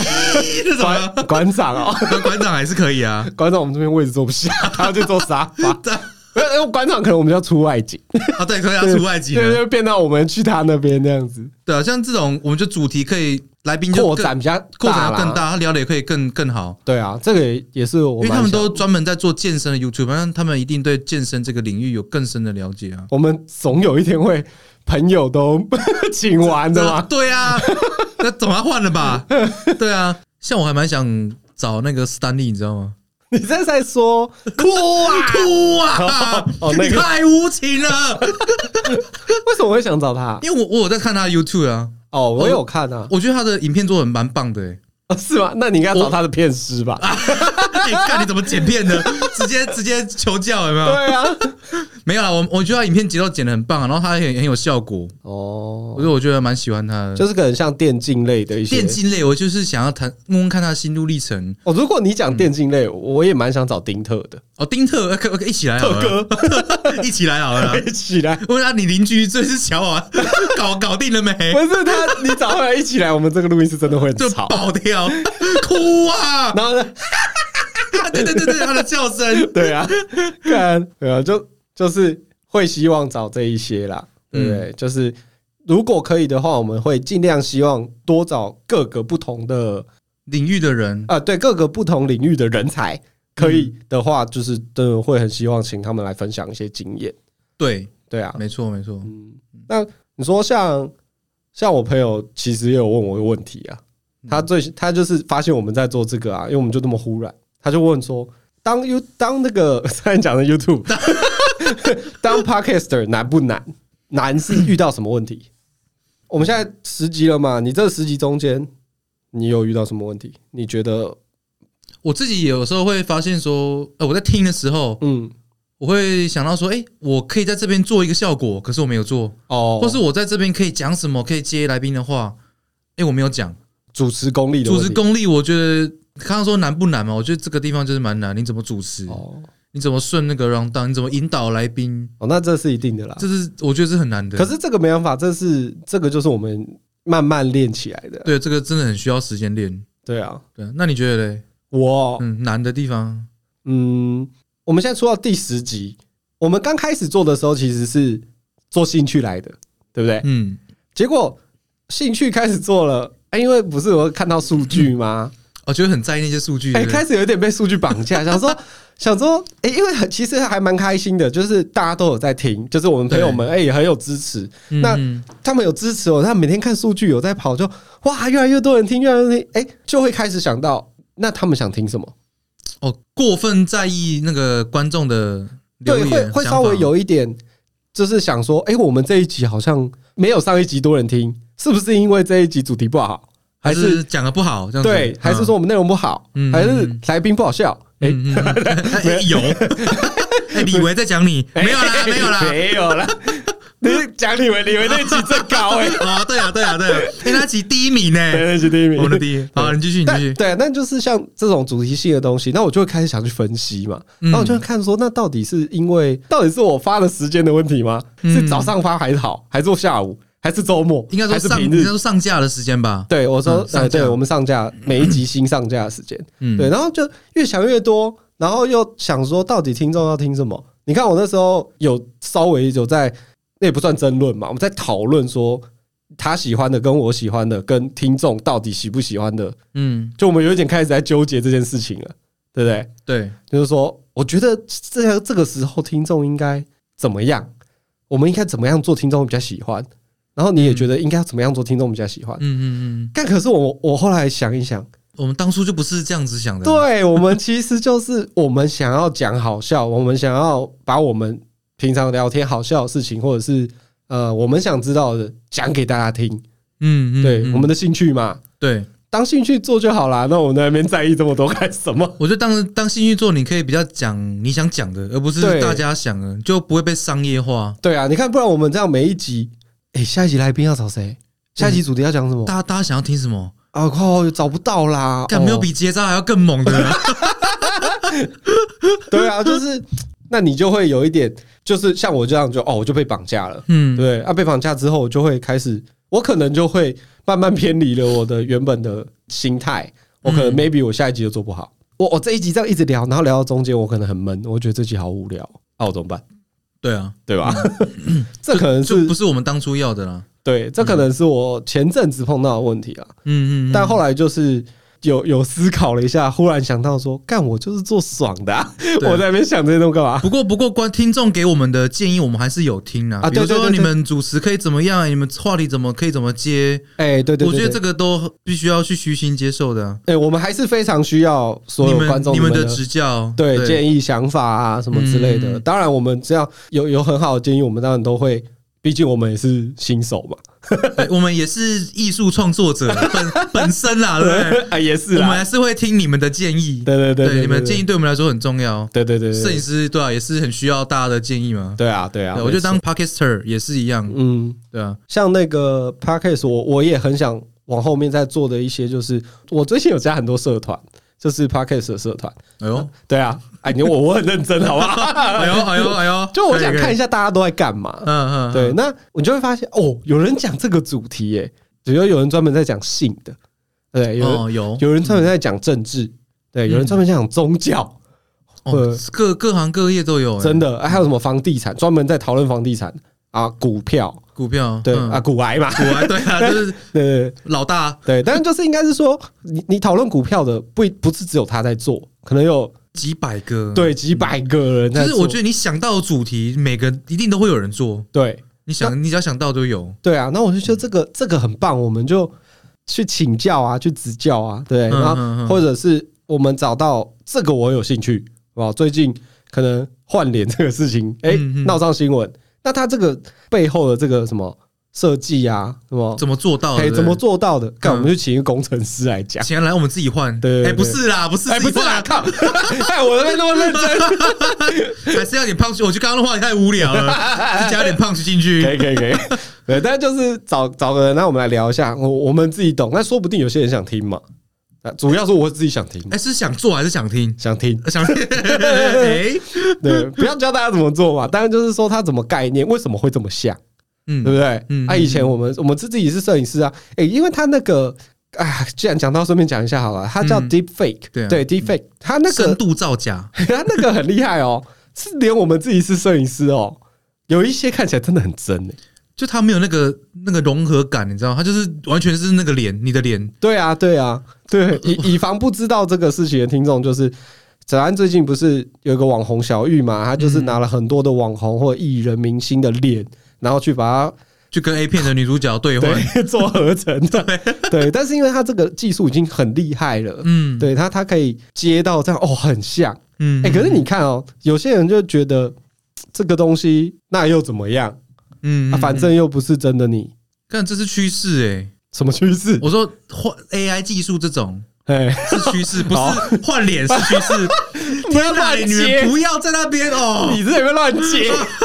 Speaker 1: 这怎么
Speaker 2: 馆
Speaker 1: 了？
Speaker 2: 馆长 哦，
Speaker 1: 那馆长还是可以啊，
Speaker 2: 馆长我们这边位置坐不下，他就坐沙 发。
Speaker 1: 这
Speaker 2: 没有，因为馆长可能我们要出外景，
Speaker 1: 啊对，可以啊，出外景
Speaker 2: 对，
Speaker 1: 的，
Speaker 2: 就变到我们去他那边这样子，
Speaker 1: 对啊，像这种我们就主题可以来宾就
Speaker 2: 扩
Speaker 1: 更
Speaker 2: 展比较
Speaker 1: 扩展要
Speaker 2: 啦
Speaker 1: 更。大，他聊的也可以更更好。
Speaker 2: 对啊，这个也也是
Speaker 1: 因
Speaker 2: 我
Speaker 1: 为
Speaker 2: 蛮
Speaker 1: 他们
Speaker 2: 想
Speaker 1: 都专门在做健身的 YouTube，那他们一定对健身这个领域有更深的了解啊。
Speaker 2: 我们总有一天会朋友都 请完的嘛。
Speaker 1: 对啊，那总要换了吧？对啊，像我还蛮想找那个 Stanley，你知道吗？
Speaker 2: 你这在说
Speaker 1: 哭啊 哭啊！
Speaker 2: 哦那个
Speaker 1: 你太无情了，
Speaker 2: 为什么会想找他？
Speaker 1: 因为我我有在看他的 YouTube 啊，
Speaker 2: 哦，我有看啊，
Speaker 1: 我觉得他的影片做的蛮棒的、欸。
Speaker 2: 哦是吗？那你应该找他的片师吧？
Speaker 1: 哎、看你怎么剪片的，直接直接求教有没有？
Speaker 2: 对啊，
Speaker 1: 没有啦，我我觉得他影片节奏剪的很棒、啊，然后他也很有效果，
Speaker 2: 哦
Speaker 1: 我，觉得我觉得蛮喜欢他的。
Speaker 2: 就是可能像电竞类的一些
Speaker 1: 电。竞类，我就是想要谈问问看他的心路历程。
Speaker 2: 哦，如果你
Speaker 1: 嗯
Speaker 2: 讲电竞类，我也蛮想找丁特的，
Speaker 1: 哦，丁特，呃可可一起来好了， 一起来好 了啦。
Speaker 2: 一起来。
Speaker 1: 问他你邻居这是小啊， 搞搞定了没？
Speaker 2: 不是他，你找他来一起来，我们这个录音是真的会
Speaker 1: 就
Speaker 2: 很吵。
Speaker 1: 爆掉，哭啊！
Speaker 2: 然后呢？
Speaker 1: 对对对对，他的叫声。
Speaker 2: 对啊，看，对啊，就就是会希望找这一些啦，对不对？就是如果可以的话，我们会尽量希望多找各个不同的
Speaker 1: 领域的人，
Speaker 2: 啊、对各个不同领域的人才。可以的话，就是真的会很希望请他们来分享一些经验，
Speaker 1: 对，
Speaker 2: 对啊。
Speaker 1: 没错没错。
Speaker 2: 你说像像我朋友，其实也有问我一个问题啊，
Speaker 1: 嗯
Speaker 2: 他最他就是发现我们在做这个啊，因为我们就那么忽然，他就问说，当 You 当那个 刚才讲的 YouTube，当 Podcaster 难不难？难是遇到什么问题？我们现在十集了嘛，你这十集中间，你有遇到什么问题？你觉得，
Speaker 1: 我自己有时候会发现说，呃，我在听的时候，
Speaker 2: 嗯，
Speaker 1: 我会想到说，哎，我可以在这边做一个效果，可是我没有做，
Speaker 2: 哦，
Speaker 1: 或是我在这边可以讲什么，可以接来宾的话，哎，我没有讲。
Speaker 2: 主持功力的问
Speaker 1: 主
Speaker 2: 题
Speaker 1: 持功力，我觉得刚刚说难不难嘛？我觉得这个地方就是蛮难。你怎么主持？
Speaker 2: 哦
Speaker 1: 你怎么顺那个 round down？你怎么引导来宾？
Speaker 2: 哦，那这是一定的啦。
Speaker 1: 这是我觉得是很难的。
Speaker 2: 可是这个没办法，这是这个就是我们慢慢练起来的，
Speaker 1: 对这个真的很需要时间练。
Speaker 2: 对啊。
Speaker 1: 对，那你觉得嘞？
Speaker 2: 我
Speaker 1: 嗯，难的地方，
Speaker 2: 嗯，我们现在出到第十集，我们刚开始做的时候其实是做兴趣来的，对不对？
Speaker 1: 嗯，
Speaker 2: 结果兴趣开始做了，哎，因为不是我看到数据吗？
Speaker 1: 我哦觉得很在意那些数据。
Speaker 2: 哎，
Speaker 1: 对不对
Speaker 2: 开始有点被数据绑架，想说想说，哎，因为很其实还蛮开心的，就是大家都有在听，就是我们朋友们哎也很有支持，
Speaker 1: 嗯
Speaker 2: 那
Speaker 1: 嗯
Speaker 2: 他们有支持我，哦他们每天看数据有在跑，就哇越来越多人听，越来越多人听，哎，就会开始想到那他们想听什么。
Speaker 1: 哦，过分在意那个观众的留言，
Speaker 2: 对，会会
Speaker 1: 想法
Speaker 2: 稍微有一点，就是想说，哎、我们这一集好像没有上一集多人听，是不是因为这一集主题不好，
Speaker 1: 还
Speaker 2: 还是
Speaker 1: 是讲的不好这样子？
Speaker 2: 对，还是说我们内容不好，
Speaker 1: 嗯
Speaker 2: 还是来宾不好笑？哎、哎
Speaker 1: 嗯，嗯嗯嗯哎 有。哎，李维在讲你，没有啦，没有啦，
Speaker 2: 没有啦。你是讲李维，李维那一集最高 哎、
Speaker 1: 啊，对啊，对啊，对啊，哎，那集第一名呢？
Speaker 2: 对那一集第一名
Speaker 1: 哎我。的第一。好，你继续，你继
Speaker 2: 但
Speaker 1: 续。
Speaker 2: 对，那就是像这种主题性的东西，那我就会开始想去分析嘛。
Speaker 1: 嗯
Speaker 2: 然后我就会看说，那到底是因为到底是我发的时间的问题吗？是早上发还是好，还是我下午，还是周末，
Speaker 1: 嗯应该说
Speaker 2: 还是
Speaker 1: 上，
Speaker 2: 平
Speaker 1: 应
Speaker 2: 日
Speaker 1: 该？说上架的时间吧。
Speaker 2: 对，我说
Speaker 1: 嗯，上
Speaker 2: 呃，对
Speaker 1: 架
Speaker 2: 我们上架每一集新上架的时间，
Speaker 1: 嗯，
Speaker 2: 对，然后就越想越多，然后又想说到底听众要听什么？你看我那时候有稍微有在，那也不算争论嘛，我们在讨论说他喜欢的跟我喜欢的跟听众到底喜不喜欢的，
Speaker 1: 嗯，
Speaker 2: 就我们有一点开始在纠结这件事情了，对不对？
Speaker 1: 对，
Speaker 2: 就是说，我觉得这这个时候听众应该怎么样？我们应该怎么样做听众会比较喜欢？然后你也觉得应该要怎么样做听众比较喜欢
Speaker 1: 嗯？嗯嗯，
Speaker 2: 但可是我我后来想一想，
Speaker 1: 我们当初就不是这样子想的。，
Speaker 2: 对啊我们其实就是我们想要讲好笑，我们想要把我们平常聊天好笑的事情，或者是呃我们想知道的讲给大家听，
Speaker 1: 嗯嗯，
Speaker 2: 对
Speaker 1: 嗯
Speaker 2: 我们的兴趣嘛。
Speaker 1: 对，
Speaker 2: 当兴趣做就好啦。那我们在那边在意这么多干什么？
Speaker 1: 我觉得当当兴趣做，你可以比较讲你想讲的，而不是
Speaker 2: 对
Speaker 1: 大家想的，就不会被商业化。
Speaker 2: 对啊，你看，不然我们这样每一集，哎、下一集来宾要找谁？下一集主题要讲什么？
Speaker 1: 大家大家想要听什么？
Speaker 2: 啊靠，找不到啦！
Speaker 1: 干
Speaker 2: 哦
Speaker 1: 没有比结扎还要更猛的 啊，
Speaker 2: 对啊，就是那你就会有一点，就是像我这样就哦，我就被绑架了，
Speaker 1: 嗯，
Speaker 2: 对啊，被绑架之后，我就会开始，我可能就会慢慢偏离了我的原本的心态，我可能
Speaker 1: 嗯
Speaker 2: maybe 我下一集就做不好，我我这一集这样一直聊，然后聊到中间，我可能很闷，我觉得这集好无聊，啊，我怎么办？
Speaker 1: 对啊，
Speaker 2: 对吧？ 这可能
Speaker 1: 嗯就是不是我们当初要的啦。
Speaker 2: 对，这可能是我前阵子碰到的问题啊。
Speaker 1: 嗯嗯，嗯
Speaker 2: 但后来就是有有思考了一下，忽然想到说，干我就是做爽的、啊，
Speaker 1: 对
Speaker 2: 我在那边想这些东西干嘛？
Speaker 1: 不过，不过，观听众给我们的建议，我们还是有听啊。
Speaker 2: 啊
Speaker 1: 比如
Speaker 2: 对对
Speaker 1: 说，
Speaker 2: 对对
Speaker 1: 你们主持可以怎么样？啊你们话题怎么可以怎么接？
Speaker 2: 哎、对对对
Speaker 1: 我觉得
Speaker 2: 对
Speaker 1: 这个都必须要去虚心接受的啊。
Speaker 2: 哎、我们还是非常需要所
Speaker 1: 你
Speaker 2: 有观
Speaker 1: 们
Speaker 2: 众
Speaker 1: 你们的
Speaker 2: 的
Speaker 1: 指教，
Speaker 2: 对建议、想法啊什么之类的。
Speaker 1: 嗯
Speaker 2: 当然，我们只要有有很好的建议，我们当然都会，毕竟我们也是新手嘛。
Speaker 1: 对我们也是艺术创作 者本本身啦，对不
Speaker 2: 啊，也是
Speaker 1: 对？我们
Speaker 2: 啦。
Speaker 1: 还是会听你们的建议，
Speaker 2: 对对对
Speaker 1: 对，你们的建
Speaker 2: 议，
Speaker 1: 议对我们来说很重要。
Speaker 2: 对对对对
Speaker 1: 摄影
Speaker 2: 对，
Speaker 1: 师对啊，也是很需要大家的建议嘛。
Speaker 2: 对啊对啊
Speaker 1: 对，，我觉得当
Speaker 2: 没
Speaker 1: podcaster 也是一样
Speaker 2: 错，嗯。
Speaker 1: 对啊，
Speaker 2: 像那个 p a c k a s e 我我也很想往后面再做的一些，就是我最近有加很多社团，就是 p a c k a s e 的社团。
Speaker 1: 哎呦，
Speaker 2: 对啊，哎，你我我很认真，好 不好？
Speaker 1: 哎 呦，哎呦，哎呦，
Speaker 2: 就我想
Speaker 1: 可以
Speaker 2: 看一，
Speaker 1: 可以
Speaker 2: 下大家都在干嘛。
Speaker 1: 嗯嗯，
Speaker 2: 对，那我就会发现哦，有人讲这个主题耶，比如有人专门在讲性的，对，
Speaker 1: 嗯，
Speaker 2: 有人、
Speaker 1: 哦，嗯有
Speaker 2: 有人专门在讲政治，对，有人专门在讲宗教，
Speaker 1: 哦
Speaker 2: 呃，
Speaker 1: 各各行各业都有、欸，
Speaker 2: 真的，哎还有什么房地产，专门在讨论房地产啊，股票，
Speaker 1: 股票
Speaker 2: 对、
Speaker 1: 嗯
Speaker 2: 啊，股癌嘛，
Speaker 1: 股啊，对啊， 就是
Speaker 2: 对对对。
Speaker 1: 老大
Speaker 2: 对，但是就是应该是说，你你讨论股票的不不是只有他在做，可能有
Speaker 1: 几百个，，
Speaker 2: 对几百个人在
Speaker 1: 就
Speaker 2: 做。
Speaker 1: 是嗯我觉得你想到的主题，每个一定都会有人做，
Speaker 2: 对
Speaker 1: 你想你只要想到都有，
Speaker 2: 对啊，那我就觉得这个这个很棒，我们就去请教啊，去指教啊，对，
Speaker 1: 嗯
Speaker 2: 然后
Speaker 1: 嗯嗯
Speaker 2: 或者是我们找到这个我有兴趣，哇，最近可能换脸这个事情，哎、
Speaker 1: 嗯嗯
Speaker 2: 闹上新闻，那他这个背后的这个什么设计啊，什么
Speaker 1: 怎么做到的？
Speaker 2: 哎
Speaker 1: 对不对
Speaker 2: 怎么？做到的？看，
Speaker 1: 嗯
Speaker 2: 我们就请一个工程师来讲。
Speaker 1: 钱来我们自己换，
Speaker 2: 对对对
Speaker 1: 哎，不是啦，不是，
Speaker 2: 哎，不是啦，
Speaker 1: 啦，
Speaker 2: 靠！ 哎，我那边那么认真，
Speaker 1: 还是要点 punch。我觉得刚刚的话太无聊了， 就加点 punch 进
Speaker 2: 可
Speaker 1: 去。
Speaker 2: 以可以可以，对，但就是找找个人，那我们来聊一下，我我们自己懂，那说不定有些人想听嘛，啊，主要是我自己想听，
Speaker 1: 哎，是想做还是想听？
Speaker 2: 想听，
Speaker 1: 想 听？哎，
Speaker 2: 对，不要教大家怎么做嘛，当然就是说他怎么概念，为什么会这么像，对
Speaker 1: 嗯
Speaker 2: 不对？
Speaker 1: 嗯
Speaker 2: 啊，以前我们我们自己是摄影师啊，诶，因为他那个。啊，既然讲到，顺便讲一下好了。他叫
Speaker 1: 嗯
Speaker 2: deep fake，、
Speaker 1: 对啊
Speaker 2: 对 deep fake，他那
Speaker 1: 深
Speaker 2: 个
Speaker 1: 度造假，
Speaker 2: 他那个很厉害哦，是连我们自己是摄影师哦，有一些看起来真的很真诶、
Speaker 1: 就他没有那个那个融合感，你知道吗？他就是完全是那个脸，你的脸，
Speaker 2: 对啊，对啊，对， 以以防不知道这个事情的听众，就是泽安最近不是有一个网红小玉嘛，他就是拿了很多的网红或艺人明星的脸，然后去把
Speaker 1: 就跟 A 片的女主角对
Speaker 2: 它
Speaker 1: 换。
Speaker 2: 对做合成 的，对，但是因为他这个技术已经很厉害了。
Speaker 1: 嗯，
Speaker 2: 对他，他可以接到这样哦，很像
Speaker 1: 嗯，
Speaker 2: 哎、可是你看哦，有些人就觉得嘖这个东西那又怎么样？
Speaker 1: 嗯，嗯，
Speaker 2: 啊、反
Speaker 1: 嗯
Speaker 2: 正又不是真的你，
Speaker 1: 看这是趋势
Speaker 2: 什么趋势
Speaker 1: 哎，？我说换 AI 技术这种
Speaker 2: 哎、
Speaker 1: 是趋势，不是换脸是趋 势。
Speaker 2: 不哦要
Speaker 1: 天哪
Speaker 2: 乱
Speaker 1: 你
Speaker 2: 接
Speaker 1: 们不要在那边哦，
Speaker 2: 你这有没有乱接？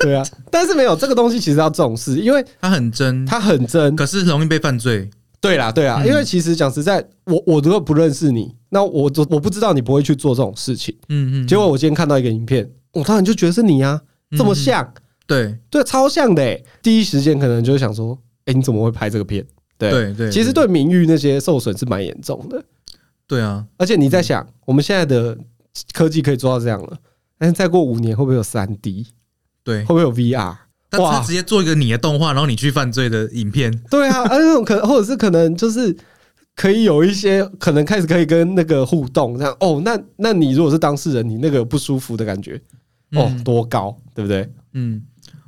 Speaker 2: 对啊，但是没有这个东西，其实要重视，因为
Speaker 1: 他很真，
Speaker 2: 它很真。
Speaker 1: 可是容易被犯罪。
Speaker 2: 对啦，对啦，
Speaker 1: 嗯
Speaker 2: 因为其实讲实在，我我如果不认识你，那我就我不知道你不会去做这种事情。
Speaker 1: 嗯嗯，
Speaker 2: 结果我今天看到一个影片，我当然就觉得是你啊，
Speaker 1: 嗯
Speaker 2: 这么像，
Speaker 1: 对
Speaker 2: 对，超像的、欸。第一时间可能就会想说，哎，你怎么会拍这个片？对，
Speaker 1: 对对，
Speaker 2: 其实对名誉那些受损是蛮严重的。
Speaker 1: 对啊，
Speaker 2: 而且你在想，我们现在的科技可以做到这样了，但是再过五年会不会有三 D？
Speaker 1: 对
Speaker 2: 会，不会有 VR？
Speaker 1: 但
Speaker 2: 哇
Speaker 1: 他直接做一个你的动画，然后你去犯罪的影片。
Speaker 2: 对啊，而那种可或者是可能就是可以有一些可能开始可以跟那个互动，这样哦，那那你如果是当事人，你那个有不舒服的感觉哦
Speaker 1: 嗯，
Speaker 2: 多高，对不对？
Speaker 1: 嗯，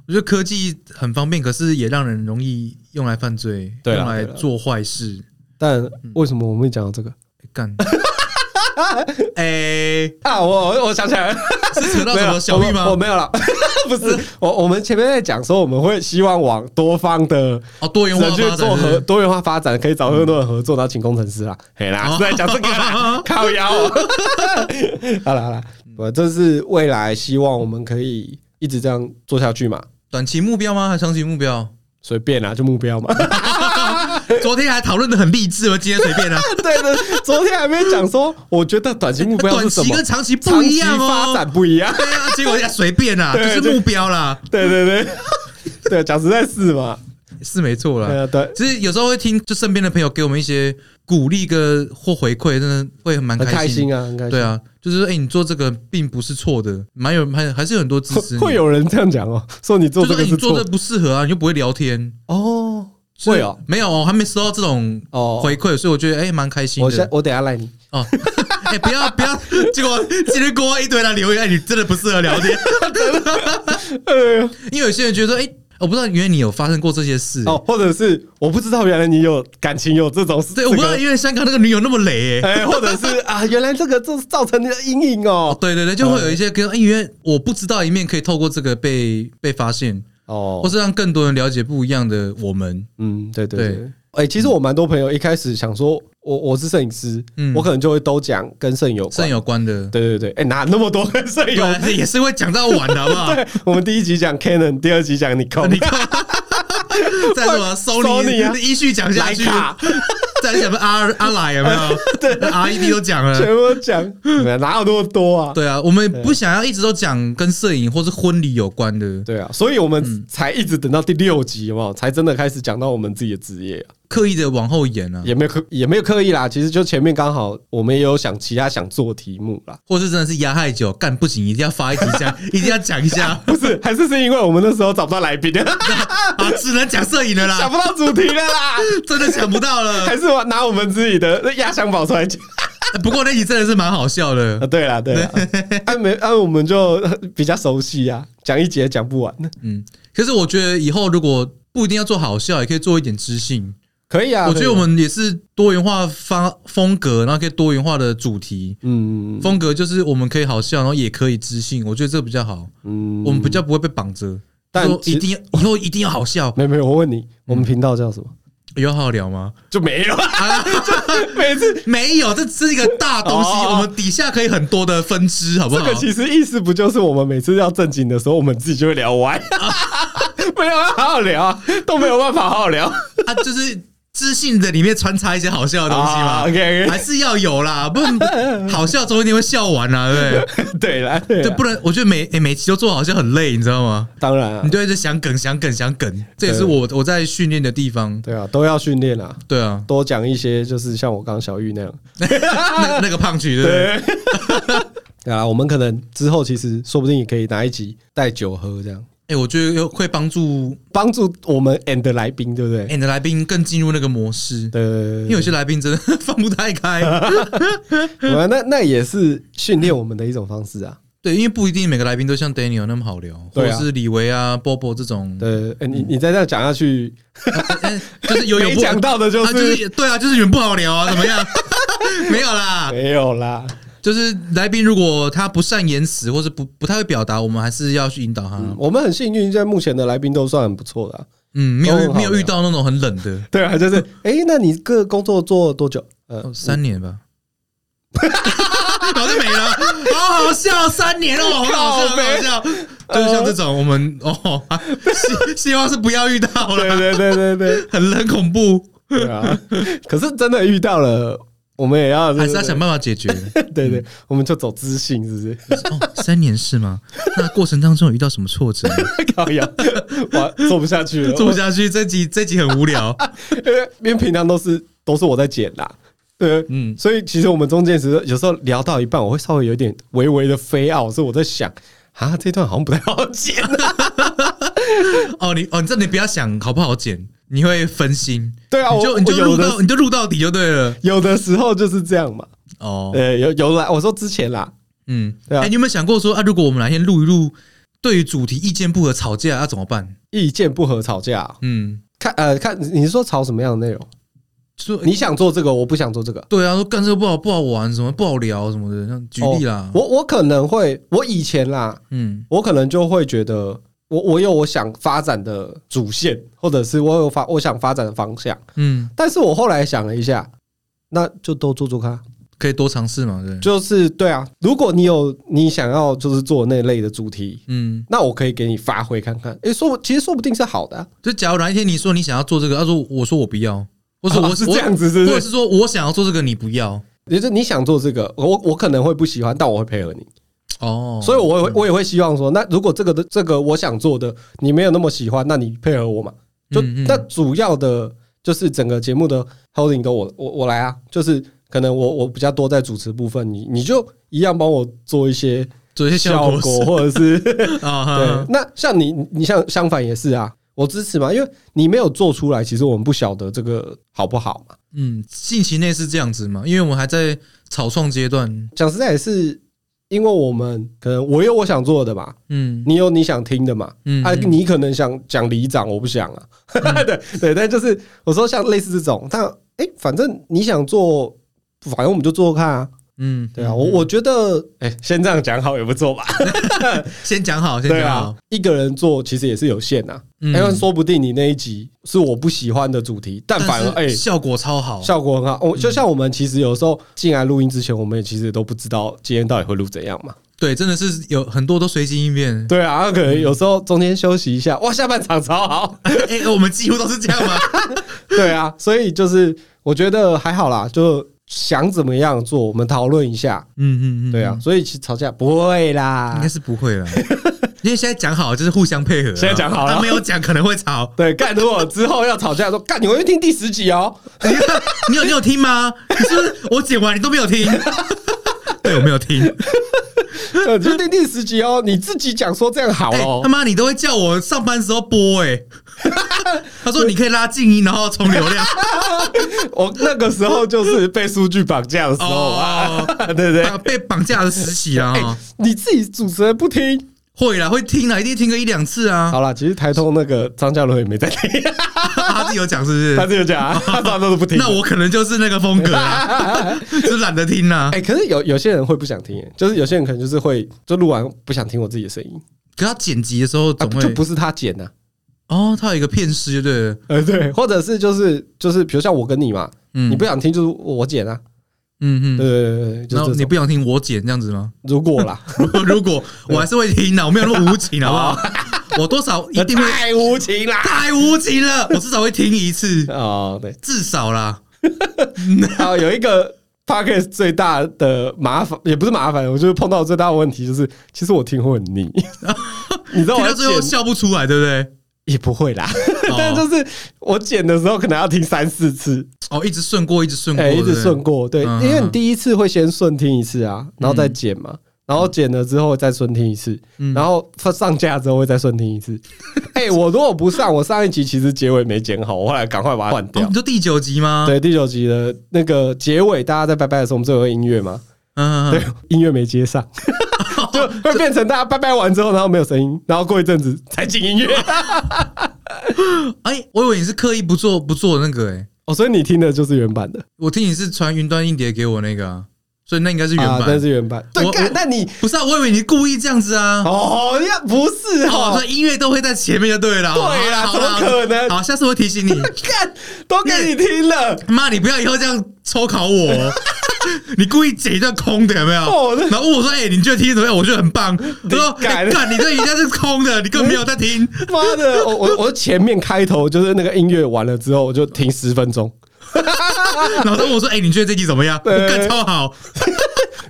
Speaker 1: 我觉得科技很方便，可是也让人容易用来犯罪，
Speaker 2: 对啊
Speaker 1: 用来
Speaker 2: 对啊
Speaker 1: 做坏事。哎
Speaker 2: 但为什么我们会讲到这个？
Speaker 1: 干， 哎，
Speaker 2: 啊，我我我想 起来了，
Speaker 1: 是扯到
Speaker 2: 没
Speaker 1: 什
Speaker 2: 有
Speaker 1: 么小
Speaker 2: 我
Speaker 1: 玉吗
Speaker 2: 我？没有了， 不是我我们前面在讲说，我们会希望往多方的
Speaker 1: 哦，多元化
Speaker 2: 人去
Speaker 1: 发展
Speaker 2: 做
Speaker 1: 是不嗯
Speaker 2: 合
Speaker 1: 是
Speaker 2: 多元化发展，可以找更多人合作，然后请工程师啦，嘿啦，是在讲这 个啦，靠腰 哦。好了好了，我这是未来希望我们可以一直这样做下去嘛，
Speaker 1: 短期目标吗？还是长期目 标？
Speaker 2: 随便啦，就目标嘛。
Speaker 1: 昨天还讨论的很励志，哦我今天随便啊啦。
Speaker 2: 对的，昨天还没讲说，我觉得短期 目标
Speaker 1: 短
Speaker 2: 是什
Speaker 1: 期
Speaker 2: 么
Speaker 1: 跟？长期
Speaker 2: 长
Speaker 1: 不一
Speaker 2: 期
Speaker 1: 样
Speaker 2: 发
Speaker 1: 哦。
Speaker 2: 展不一样。
Speaker 1: 对啊，结果人家随便啦，就
Speaker 2: 对
Speaker 1: 是目标啦，
Speaker 2: 对对对，对，讲实在 是嘛，
Speaker 1: 是没错
Speaker 2: 对
Speaker 1: 啦。
Speaker 2: 啊对，
Speaker 1: 只是有时候会听，就身边的朋友给我们一些鼓励跟或回馈，真的会蛮
Speaker 2: 很开
Speaker 1: 开心。
Speaker 2: 心啊，很开心。
Speaker 1: 对啊，就是哎、你做这个并不是错的，蛮有还还是有很多支持
Speaker 2: 会
Speaker 1: 你。
Speaker 2: 会有人这样讲哦，说你做
Speaker 1: 就是
Speaker 2: 这个
Speaker 1: 哎你
Speaker 2: 是
Speaker 1: 做
Speaker 2: 错
Speaker 1: 这不适合啊，你就不会聊天。
Speaker 2: 哦，
Speaker 1: 是
Speaker 2: 会哦，
Speaker 1: 没有哦，还没收到这种
Speaker 2: 哦，
Speaker 1: 回馈，所以我觉得哎，蛮、开心
Speaker 2: 我先
Speaker 1: 的
Speaker 2: 我等一下赖你，
Speaker 1: 哦。哎、不要不要，结果今天给我一堆人留言，哎你真的不适合聊天，因为有些人觉得说，哎、我不知道原来你有发生过这些事、
Speaker 2: 哦，或者是我不知道原来你有感情有这种事，
Speaker 1: 对，我不知道
Speaker 2: 这个
Speaker 1: 因为香港那个女友那么雷、哎、
Speaker 2: 哎，或者是啊，原来这个这造成你的阴影哦，
Speaker 1: 对对对，就会有一些跟哎、原来我不知道一面可以透过这个被被发现，或
Speaker 2: 哦，
Speaker 1: 是让更多人了解不一样的我们。
Speaker 2: 嗯，对对
Speaker 1: 对
Speaker 2: 对。哎、其实我蛮多朋友一开始想说我我是摄影师，
Speaker 1: 嗯
Speaker 2: 我可能就会都讲跟摄影有
Speaker 1: 摄
Speaker 2: 关
Speaker 1: 影。啊有关的，
Speaker 2: 对对对，哎、哪那么多跟摄影
Speaker 1: 不
Speaker 2: 有
Speaker 1: 然也是会讲到晚的，好不好？
Speaker 2: 对，我们第一集讲 Canon，第二集讲 Nikon，
Speaker 1: 你看，再什么
Speaker 2: Sony 啊
Speaker 1: Sony 依序 讲下
Speaker 2: 莱
Speaker 1: 去，
Speaker 2: 卡
Speaker 1: 再什么阿阿莱有没 有？对，R E D 都讲
Speaker 2: 全
Speaker 1: 了。
Speaker 2: 部都 讲，对哪有那么多啊？
Speaker 1: 对啊，我们不想要一直都讲跟摄影或是婚礼有关的，
Speaker 2: 对啊，所以我
Speaker 1: 嗯
Speaker 2: 们才一直等到第六集，有没有？才真的开始讲到我们自己的职业、啊，
Speaker 1: 刻意的往后延啊，
Speaker 2: 也没有刻也没有刻意啦。其实就前面刚好我们也有想其他想做题目啦，
Speaker 1: 或是真的是压太久，干不行，一定要发一集下， 一定要讲一下
Speaker 2: 不是，还是是因为我们那时候找不到来宾，
Speaker 1: 啊，只能讲摄影了啦，
Speaker 2: 想不到主题了啦，
Speaker 1: 真的想不到了。
Speaker 2: 还是我拿我们自己的压箱宝出来讲。
Speaker 1: 不过那集真的是蛮好笑
Speaker 2: 啊，
Speaker 1: 的，
Speaker 2: 对啦，对啦，啊没啊，我们就比较熟悉啊，讲一节讲不完，
Speaker 1: 嗯，可是我觉得以后如果不一定要做好笑，也可以做一点知性，
Speaker 2: 可以啊。
Speaker 1: 我觉得
Speaker 2: 可以啊
Speaker 1: 我们也是多元化方风格，然后可以多元化的主题
Speaker 2: 嗯
Speaker 1: 风格，就是我们可以好笑，然后也可以知性，我觉得这比较好，
Speaker 2: 嗯，
Speaker 1: 我们比较不会被绑着。
Speaker 2: 但
Speaker 1: 说
Speaker 2: 其
Speaker 1: 一定要以后一定要好笑，
Speaker 2: 没有没有，我问你，我
Speaker 1: 嗯
Speaker 2: 们频道叫什么？
Speaker 1: 有好好聊吗？
Speaker 2: 就没 有，就每次
Speaker 1: 没有，这是一个大东西，
Speaker 2: 哦
Speaker 1: 我们底下可以很多的分支，好不
Speaker 2: 这
Speaker 1: 好
Speaker 2: 个？其实意思不就是我们每次要正经的时候，我们自己就会聊歪，没有要好好聊啊，都没有办法好好聊。
Speaker 1: 啊，就是知性的里面穿插一些好笑的东西嘛
Speaker 2: 啊。，OK
Speaker 1: 还是要有啦，不然好笑总有一天会笑完啦，对不
Speaker 2: OK，对啦，
Speaker 1: 对？
Speaker 2: 对
Speaker 1: 对，
Speaker 2: 啦，
Speaker 1: 不然我觉得每、诶每期都做好像很累，你知道吗？
Speaker 2: 当然啊
Speaker 1: 你，就一直想梗、想梗、想梗，这也是我我在训练的地方。
Speaker 2: 对啊，都要训练啊，
Speaker 1: 对啊，
Speaker 2: 多讲一些，就是像我刚刚小玉那样。
Speaker 1: 那那个胖曲对不对？
Speaker 2: 对，对啊，我们可能之后其实说不定也可以拿一集带酒喝，这样
Speaker 1: 哎，我觉得会帮助
Speaker 2: 帮助我们 and 来宾，对不对？
Speaker 1: 哎你的来宾更进入那个模式，
Speaker 2: 对
Speaker 1: 因
Speaker 2: 对
Speaker 1: 为
Speaker 2: 对
Speaker 1: 有些来宾真的 放不太开。
Speaker 2: 对，我那那也是训练我们的一种方式啊。
Speaker 1: 对，因为不一定每个来宾都像 Daniel 那么好聊，或
Speaker 2: 对
Speaker 1: 者
Speaker 2: 啊
Speaker 1: 是李维啊、Bobo 这种，
Speaker 2: 对，哎你你再这样讲下去，
Speaker 1: 哎就是有有
Speaker 2: 没
Speaker 1: 不
Speaker 2: 讲到的就
Speaker 1: 啊，就是是对啊，就是人不好聊啊，怎么样？ 没有啦，
Speaker 2: 没有啦。
Speaker 1: 就是来宾如果他不善言辞或是不不太会表达，我们还是要去引导他。
Speaker 2: 我们很幸运，现在目前的来宾都算很不错的啊、
Speaker 1: 嗯，没有
Speaker 2: 都很
Speaker 1: 遇
Speaker 2: 好
Speaker 1: 没有遇
Speaker 2: 聊
Speaker 1: 到那种很冷的，
Speaker 2: 对啊，就是哎、诶那你个工作做多久？
Speaker 1: 哦
Speaker 2: 呃，
Speaker 1: 三年吧， 脑袋没了，好好笑，三年哦，很好笑，
Speaker 2: 靠
Speaker 1: 很好笑，
Speaker 2: 北
Speaker 1: 就是像这呃种，我们哦， 啊希希望是不要遇到
Speaker 2: 对
Speaker 1: 了，
Speaker 2: 对对对对，
Speaker 1: 很很恐怖，
Speaker 2: 对啊。可是真的遇到了，我们也要嗯
Speaker 1: 还是要想办法解决。
Speaker 2: 对 对对，我们就走知性，是不是？
Speaker 1: 哦，三年是吗？那过程当中有遇到什么挫 折吗？
Speaker 2: 高呀，我 做不下去了，
Speaker 1: 做不下去，这集这集很无聊。
Speaker 2: 因为因为平常都是都是我在剪啦。对，
Speaker 1: 嗯
Speaker 2: 嗯，所以其实我们中间时候有时候聊到一半，我会稍微有一点微微的飞傲，所以我在想，啊，这段好像不太好 剪，
Speaker 1: 哦，你哦，你这你不要想好不好剪，你会分心。
Speaker 2: 对啊
Speaker 1: 你就
Speaker 2: 我
Speaker 1: 你就
Speaker 2: 我有
Speaker 1: 录
Speaker 2: 的
Speaker 1: 到你就录到底就对了。
Speaker 2: 有的时候就是这样嘛。
Speaker 1: 哦，
Speaker 2: 呃，有有啦，我说之前啦，
Speaker 1: 嗯，哎、
Speaker 2: 对啊
Speaker 1: 你有没有想过说啊，如果我们哪天录一录，对于主题意见不合吵架要、啊怎么办？
Speaker 2: 意见不合吵架，
Speaker 1: 嗯，
Speaker 2: 看呃看你是说吵什么样的内容？
Speaker 1: 说
Speaker 2: 你想做这个，我不想做这个。
Speaker 1: 对啊，说干这个不好不好玩，什么不好聊什么的，像举例啦
Speaker 2: 哦，我我可能会，我以前啦，
Speaker 1: 嗯
Speaker 2: 我可能就会觉得，我我有我想发展的主线，或者是我有发我想发展的方向。
Speaker 1: 嗯，
Speaker 2: 但是我后来想了一下，那就都做做看啊。
Speaker 1: 可以多尝试嘛，对，
Speaker 2: 就是对啊，如果你有你想要就是做那类的主题，
Speaker 1: 嗯，
Speaker 2: 那我可以给你发挥看看。诶，说不其实说不定是好的啊、
Speaker 1: 就假如哪一天你说你想要做这个，他啊说我说我不要，或者
Speaker 2: 哦
Speaker 1: 我
Speaker 2: 是这样子是不
Speaker 1: 我
Speaker 2: 是
Speaker 1: 或者是说我想要做这个你不要
Speaker 2: 也就是你想做这个，我我可能会不喜欢，但我会配合你，
Speaker 1: 哦，
Speaker 2: 所以我也会我也会希望说，那如果这个的这个我想做的你没有那么喜欢，那你配合我嘛。就
Speaker 1: 嗯嗯
Speaker 2: 那主要的就是整个节目的 holding 都我我我来啊，就是可能我我比较多在主持部分，你你就一样帮我做一些
Speaker 1: 做一些效
Speaker 2: 效
Speaker 1: 果
Speaker 2: 果或者 是
Speaker 1: 啊，
Speaker 2: 对
Speaker 1: 哈，
Speaker 2: 那像你，你像相反也是啊，我支持嘛，因为你没有做出来，其实我们不晓得这个好不好嘛。
Speaker 1: 嗯，近期内是这样子嘛，因为我们还在草创阶段，
Speaker 2: 讲实在也是，因为我们可能我有我想做的嘛，
Speaker 1: 嗯
Speaker 2: 你有你想听的嘛，
Speaker 1: 嗯
Speaker 2: 啊，你可能想讲里长，我不想啊， 对对，但就是我说像类似这种，但哎、诶反正你想做，反正我们就做做看啊，
Speaker 1: 嗯，
Speaker 2: 对啊，我我觉得，哎、先这样讲好也不错吧，
Speaker 1: 先讲好，先
Speaker 2: 对
Speaker 1: 讲
Speaker 2: 啊
Speaker 1: 好，，
Speaker 2: 一个人做其实也是有限啊，
Speaker 1: 嗯
Speaker 2: 因为说不定你那一集是我不喜欢的主题，但反而哎、
Speaker 1: 但是哦嗯效果超好，
Speaker 2: 效果很好。我就像我们其实有时候进来录音之前，我们也其实都不知道今天到底会录怎样嘛。
Speaker 1: 对，真的是有很多都随机应变，
Speaker 2: 对啊，那可能有时候中间休息一下，哇，下半场超好。
Speaker 1: 哎、我们几乎都是这样 嘛。
Speaker 2: 对啊，所以就是我觉得还好啦，就想怎么样做，我们讨论一下。
Speaker 1: 嗯嗯嗯，
Speaker 2: 对啊，，所以其实吵架不会
Speaker 1: 应
Speaker 2: 啦
Speaker 1: 该。是不会了，因为现在讲好就是互相配合啊。
Speaker 2: 现在讲好了
Speaker 1: 他没有讲可能会吵。
Speaker 2: 对，干如果之后要吵架说干，你会听第十集哦。
Speaker 1: 你你有你有听吗？你是不是我剪完你都没有 听？对，我没有听。
Speaker 2: 呃，你就听第十集哦，你自己讲说这样好哦
Speaker 1: 哎、
Speaker 2: 喽
Speaker 1: 他。妈，你都会叫我上班时候播 哎、他说你可以拉静音，然后充流 量。
Speaker 2: 我那个时候就是被数据绑架的时候 啊，
Speaker 1: 哦，
Speaker 2: 对不对？
Speaker 1: 被绑架的实习啊、
Speaker 2: 哎，你自己主持人不听，
Speaker 1: 会啦，会听啦，一定听个一两次啊。
Speaker 2: 好啦，其实台通那个张嘉伦也没在听，
Speaker 1: 他自己有讲是不
Speaker 2: 他
Speaker 1: 是？
Speaker 2: 这个讲 啊，他常都是不听。
Speaker 1: 那我可能就是那个风格啊，就懒得听啊啦、
Speaker 2: 哎、可是有有些人会不想听、就是有些人可能就是会就录完不想听我自己的声音，
Speaker 1: 可他剪辑的时候
Speaker 2: 啊，
Speaker 1: 总会、
Speaker 2: 就不是他剪呐、啊，
Speaker 1: 哦，他有一个片师就对了，
Speaker 2: 呃，对，或者是就是就是，比如像我跟你嘛，
Speaker 1: 嗯，
Speaker 2: 你不想听就是我剪啊，
Speaker 1: 嗯嗯，
Speaker 2: 对对对对，
Speaker 1: 然
Speaker 2: 就
Speaker 1: 后
Speaker 2: 是
Speaker 1: 你不想听我剪这样子吗？
Speaker 2: 如果啦，
Speaker 1: 如果如果我还是会听的，我没有那么无情好不
Speaker 2: 哦
Speaker 1: 好？我多少一定会
Speaker 2: 太无情啦。
Speaker 1: 太无情了，我至少会听一次，
Speaker 2: 哦，对，
Speaker 1: 至少啦，
Speaker 2: 啊，有一个 podcast 最大的麻烦，也不是麻烦，我就是碰到最大的问题就是，其实我听会很 腻，你知
Speaker 1: 听
Speaker 2: 道我
Speaker 1: 到
Speaker 2: 要
Speaker 1: 最后
Speaker 2: 剪
Speaker 1: 笑不出来，对不对？
Speaker 2: 也不会啦，
Speaker 1: 哦
Speaker 2: 但就是我剪的时候可能要听三四次，
Speaker 1: 哦，一直顺过，一直顺过，
Speaker 2: 哎，一直
Speaker 1: 对不对
Speaker 2: 顺过，对，
Speaker 1: 嗯
Speaker 2: 因为你第一次会先顺听一次啊，然后再剪嘛。然后剪了之后再顺听一次，
Speaker 1: 嗯
Speaker 2: 然后放上架之后会再顺听一次。哎，我如果不上，我上一集其实结尾没剪好，我后来赶快把它换
Speaker 1: 哦
Speaker 2: 掉
Speaker 1: 你。说第九集吗？，
Speaker 2: 啊对，第九集的那个结尾，大家在拜拜的时候，我们这有个音乐嘛，
Speaker 1: 嗯，
Speaker 2: 对，音乐没 接上，就会变成大家拜拜完之后，然后没有声音，然后过一阵子才 进音乐。
Speaker 1: 哎，我以为你是刻意不做不做那个，哎，
Speaker 2: 哦，所以你听的就是原版的，
Speaker 1: 我听你是传云端硬碟给我那个啊，所以那应该是原
Speaker 2: 啊，那
Speaker 1: 版，
Speaker 2: 是原版。
Speaker 1: 我
Speaker 2: 对，
Speaker 1: 我
Speaker 2: 干那你
Speaker 1: 不是啊？我以为你故意这样子啊。
Speaker 2: 哦，要不是
Speaker 1: 哦，
Speaker 2: 哦
Speaker 1: 所，以音乐都会在前面就对了。哦
Speaker 2: 对啦
Speaker 1: 好好好
Speaker 2: 怎么可能
Speaker 1: 好，下次我提醒你。
Speaker 2: 干都给你听了。
Speaker 1: 妈，你不要以后这样抽考我 哦。你故意剪一段空的有没有
Speaker 2: 哦那？
Speaker 1: 然后问我说：“哎，你觉得听怎么样？”我觉得很棒。我说：“
Speaker 2: 敢
Speaker 1: 哎干，你这一下是空的，你根本没有在 听。
Speaker 2: 妈的，我我我前面开头就是那个音乐完了之后，我就停十分钟。”
Speaker 1: 然后他问我说：“哎，你觉得这集怎么样？”
Speaker 2: 对
Speaker 1: 我干超好。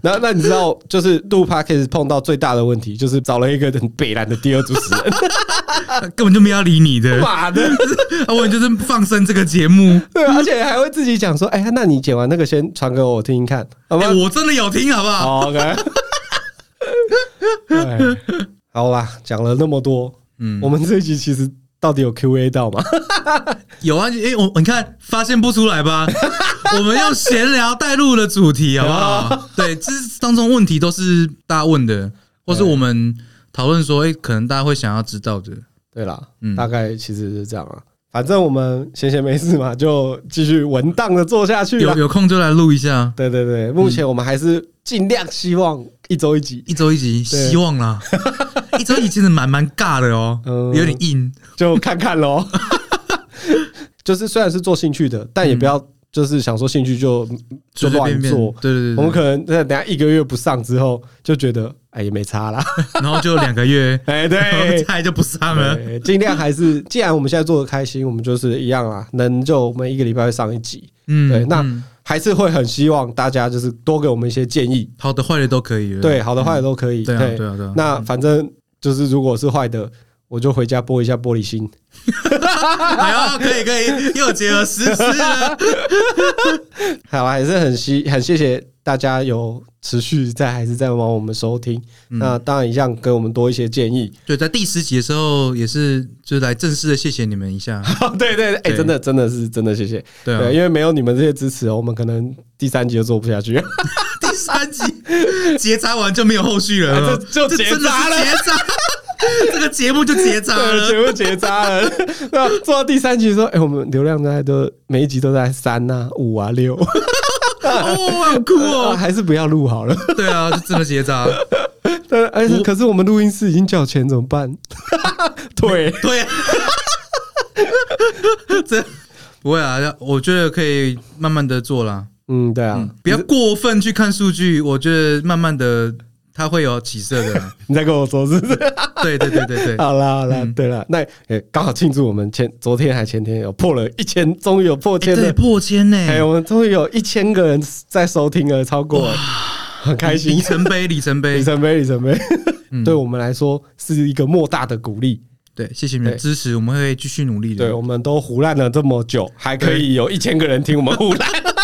Speaker 2: 然后那你知道，就是录 podcast 碰到最大的问题，就是找了一个很北蓝的第二主持 人。
Speaker 1: 根本就没有要理你 的。
Speaker 2: 妈的，
Speaker 1: 啊，我就是放生这个节目。
Speaker 2: 对，啊而且还会自己讲说，哎、那你剪完那个先传给我听听看，好吗
Speaker 1: 哎，？我真的有听，好不好？
Speaker 2: 好，OK。哎好啦，讲了那么多，嗯，我们这一集其实到底有 Q&A 到吗？
Speaker 1: 有啊，哎，我你看发现不出来 吧？我们用闲聊带入了主题，好不
Speaker 2: 哦
Speaker 1: 好？对，这当中问题都是大家问的，或是我们讨论说，哎，可能大家会想要知道的。
Speaker 2: 对啦，
Speaker 1: 嗯
Speaker 2: 大概其实是这样啊。反正我们闲闲没事嘛，就继续稳当的做下去啦
Speaker 1: 有。有空就来录一下，
Speaker 2: 对对对，目前我们还是尽量希望一周一集，
Speaker 1: 一周一集，
Speaker 2: 对
Speaker 1: 希望 啦。一周一集真的蛮蛮尬的哦，
Speaker 2: 嗯
Speaker 1: 有点硬。
Speaker 2: 就看看 喽。就是虽然是做兴趣的，但也不要就是想说兴趣就就
Speaker 1: 嗯随随便
Speaker 2: 乱
Speaker 1: 便，
Speaker 2: 做。
Speaker 1: 对对对
Speaker 2: 我
Speaker 1: 对，
Speaker 2: 们可能在等下一个月不上之后，就觉得哎也没差 啦。，
Speaker 1: 然后就两个月
Speaker 2: 哎，
Speaker 1: 然后
Speaker 2: 对，
Speaker 1: 菜就不上了。
Speaker 2: 对尽量还是，既然我们现在做的开心，我们就是一样啦，能就我们一个礼拜会上一集，
Speaker 1: 嗯，
Speaker 2: 对那
Speaker 1: 嗯
Speaker 2: 还是会很希望大家就是多给我们一些建议，
Speaker 1: 好的坏的都可以了。
Speaker 2: 对，好的坏的都可以，
Speaker 1: 对啊对啊对啊。
Speaker 2: 那反正就是如果是坏的，我就回家剥一下玻璃心。
Speaker 1: 哎呦，可以可以，又结合实施了。
Speaker 2: 好啦，还是很希很谢谢大家有持续在还是在帮我们收听，
Speaker 1: 嗯
Speaker 2: 那当然一样给我们多一些建议。
Speaker 1: 对，在第十集的时候也是，就是来正式的谢谢你们一 下。
Speaker 2: 对对，哎，
Speaker 1: 对
Speaker 2: 真的真的是真的谢谢，
Speaker 1: 对啊
Speaker 2: 对，因为没有你们这些支持哦，我们可能第三集就做不下去 了。
Speaker 1: 第三集结扎完就没有后续了，
Speaker 2: 哎这就
Speaker 1: 这
Speaker 2: 结扎了
Speaker 1: 真的是结 扎，这个节目就结扎
Speaker 2: 对，
Speaker 1: 了。
Speaker 2: 全部结扎了。 那做到第三集说，哎、我们流量大概都每一集都在三啊、五啊、六，
Speaker 1: 哦，好酷
Speaker 2: 啊
Speaker 1: 哦！
Speaker 2: 还是不要录好了。
Speaker 1: 对啊，就真的结扎。
Speaker 2: 但而且
Speaker 1: 我
Speaker 2: 可是我们录音室已经缴钱，怎么办？对，
Speaker 1: 对，啊 这不会啊，我觉得可以慢慢的做啦，
Speaker 2: 嗯，对啊，
Speaker 1: 不要过分去看数据，我觉得慢慢的它会有起色的 啦。
Speaker 2: 你在跟我说是不是？
Speaker 1: 对对对对对，
Speaker 2: 好啦好啦，对啦，那也刚好庆祝我们前昨天还前天有破了一千，终于有破
Speaker 1: 哎
Speaker 2: 千
Speaker 1: 对
Speaker 2: 了。
Speaker 1: 破千呢、
Speaker 2: 哎、我们终于有一千个人在收听了，超过了，很开
Speaker 1: 里
Speaker 2: 心。
Speaker 1: 程碑里程碑
Speaker 2: 里，程碑，里程碑， 对我们来说是一个莫大的鼓励。
Speaker 1: 对，谢谢你们的
Speaker 2: 对
Speaker 1: 支持，我们会继续努力的。
Speaker 2: 对，我们都胡乱了这么久，还可以有一千个人听我们胡乱。
Speaker 1: 啊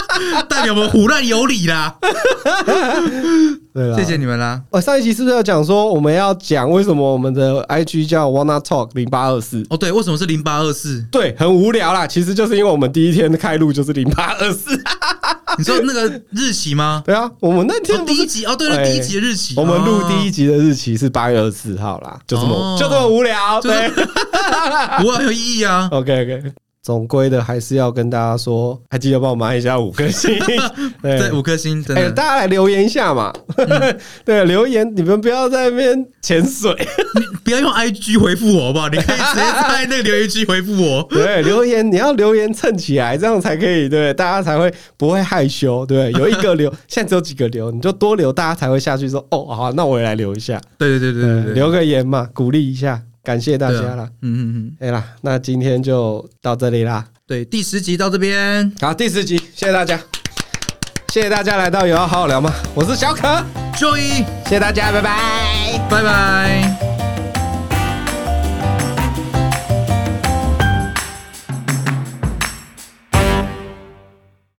Speaker 1: 代表我们虎烂有理 啦，
Speaker 2: 对了，
Speaker 1: 谢谢。你们啦。
Speaker 2: 哦，上一集是不是要讲说我们要讲为什么我们的 IG 叫 Wanna Talk 零八二四？
Speaker 1: 哦，对，为什么是零八二四？
Speaker 2: 对，很无聊啦。其实就是因为我们第一天开录就是零八二四。 啊
Speaker 1: 你说那个日期吗？
Speaker 2: 对啊，我们那天
Speaker 1: 哦，
Speaker 2: 不
Speaker 1: 第一
Speaker 2: 是
Speaker 1: 集哦，对对，
Speaker 2: 哎
Speaker 1: 第一集的日期。
Speaker 2: 我们录第一
Speaker 1: 一，
Speaker 2: 集的日期是八月二十四号啦，就这么
Speaker 1: 哦
Speaker 2: 就这么无聊。
Speaker 1: 就是
Speaker 2: 对
Speaker 1: 不过很有意义啊。
Speaker 2: ，OK OK。总归的还是要跟大家说，还记得帮我们按一下五颗 星。
Speaker 1: 对，五颗星，真
Speaker 2: 哎、
Speaker 1: 的。嗯
Speaker 2: 大家来留言一下嘛！ 对，留言你们不要在那边潜水。
Speaker 1: 你不要用 IG 回复我好不好？你可以直接在那个留言区回复 我。
Speaker 2: 对，留言你要留言蹭起来，这样才可以，对不对？大家才会不会害羞，对不对？有一个留，现在只有几个留，你就多留，大家才会下去说哦， 好，那我也来留一下，
Speaker 1: 对对对对对对，
Speaker 2: 哎留个言嘛，鼓励一下，感谢大
Speaker 1: 对
Speaker 2: 家
Speaker 1: 啊
Speaker 2: 啦。。
Speaker 1: 嗯嗯嗯，
Speaker 2: 哎、啦，那今天就到这里啦。
Speaker 1: 对，第十集到这边，
Speaker 2: 好，第十集，谢谢大家，谢谢大家来到有要好好聊吗？我是小可，
Speaker 1: Joy，
Speaker 2: 谢谢大家，拜拜。
Speaker 1: 拜拜。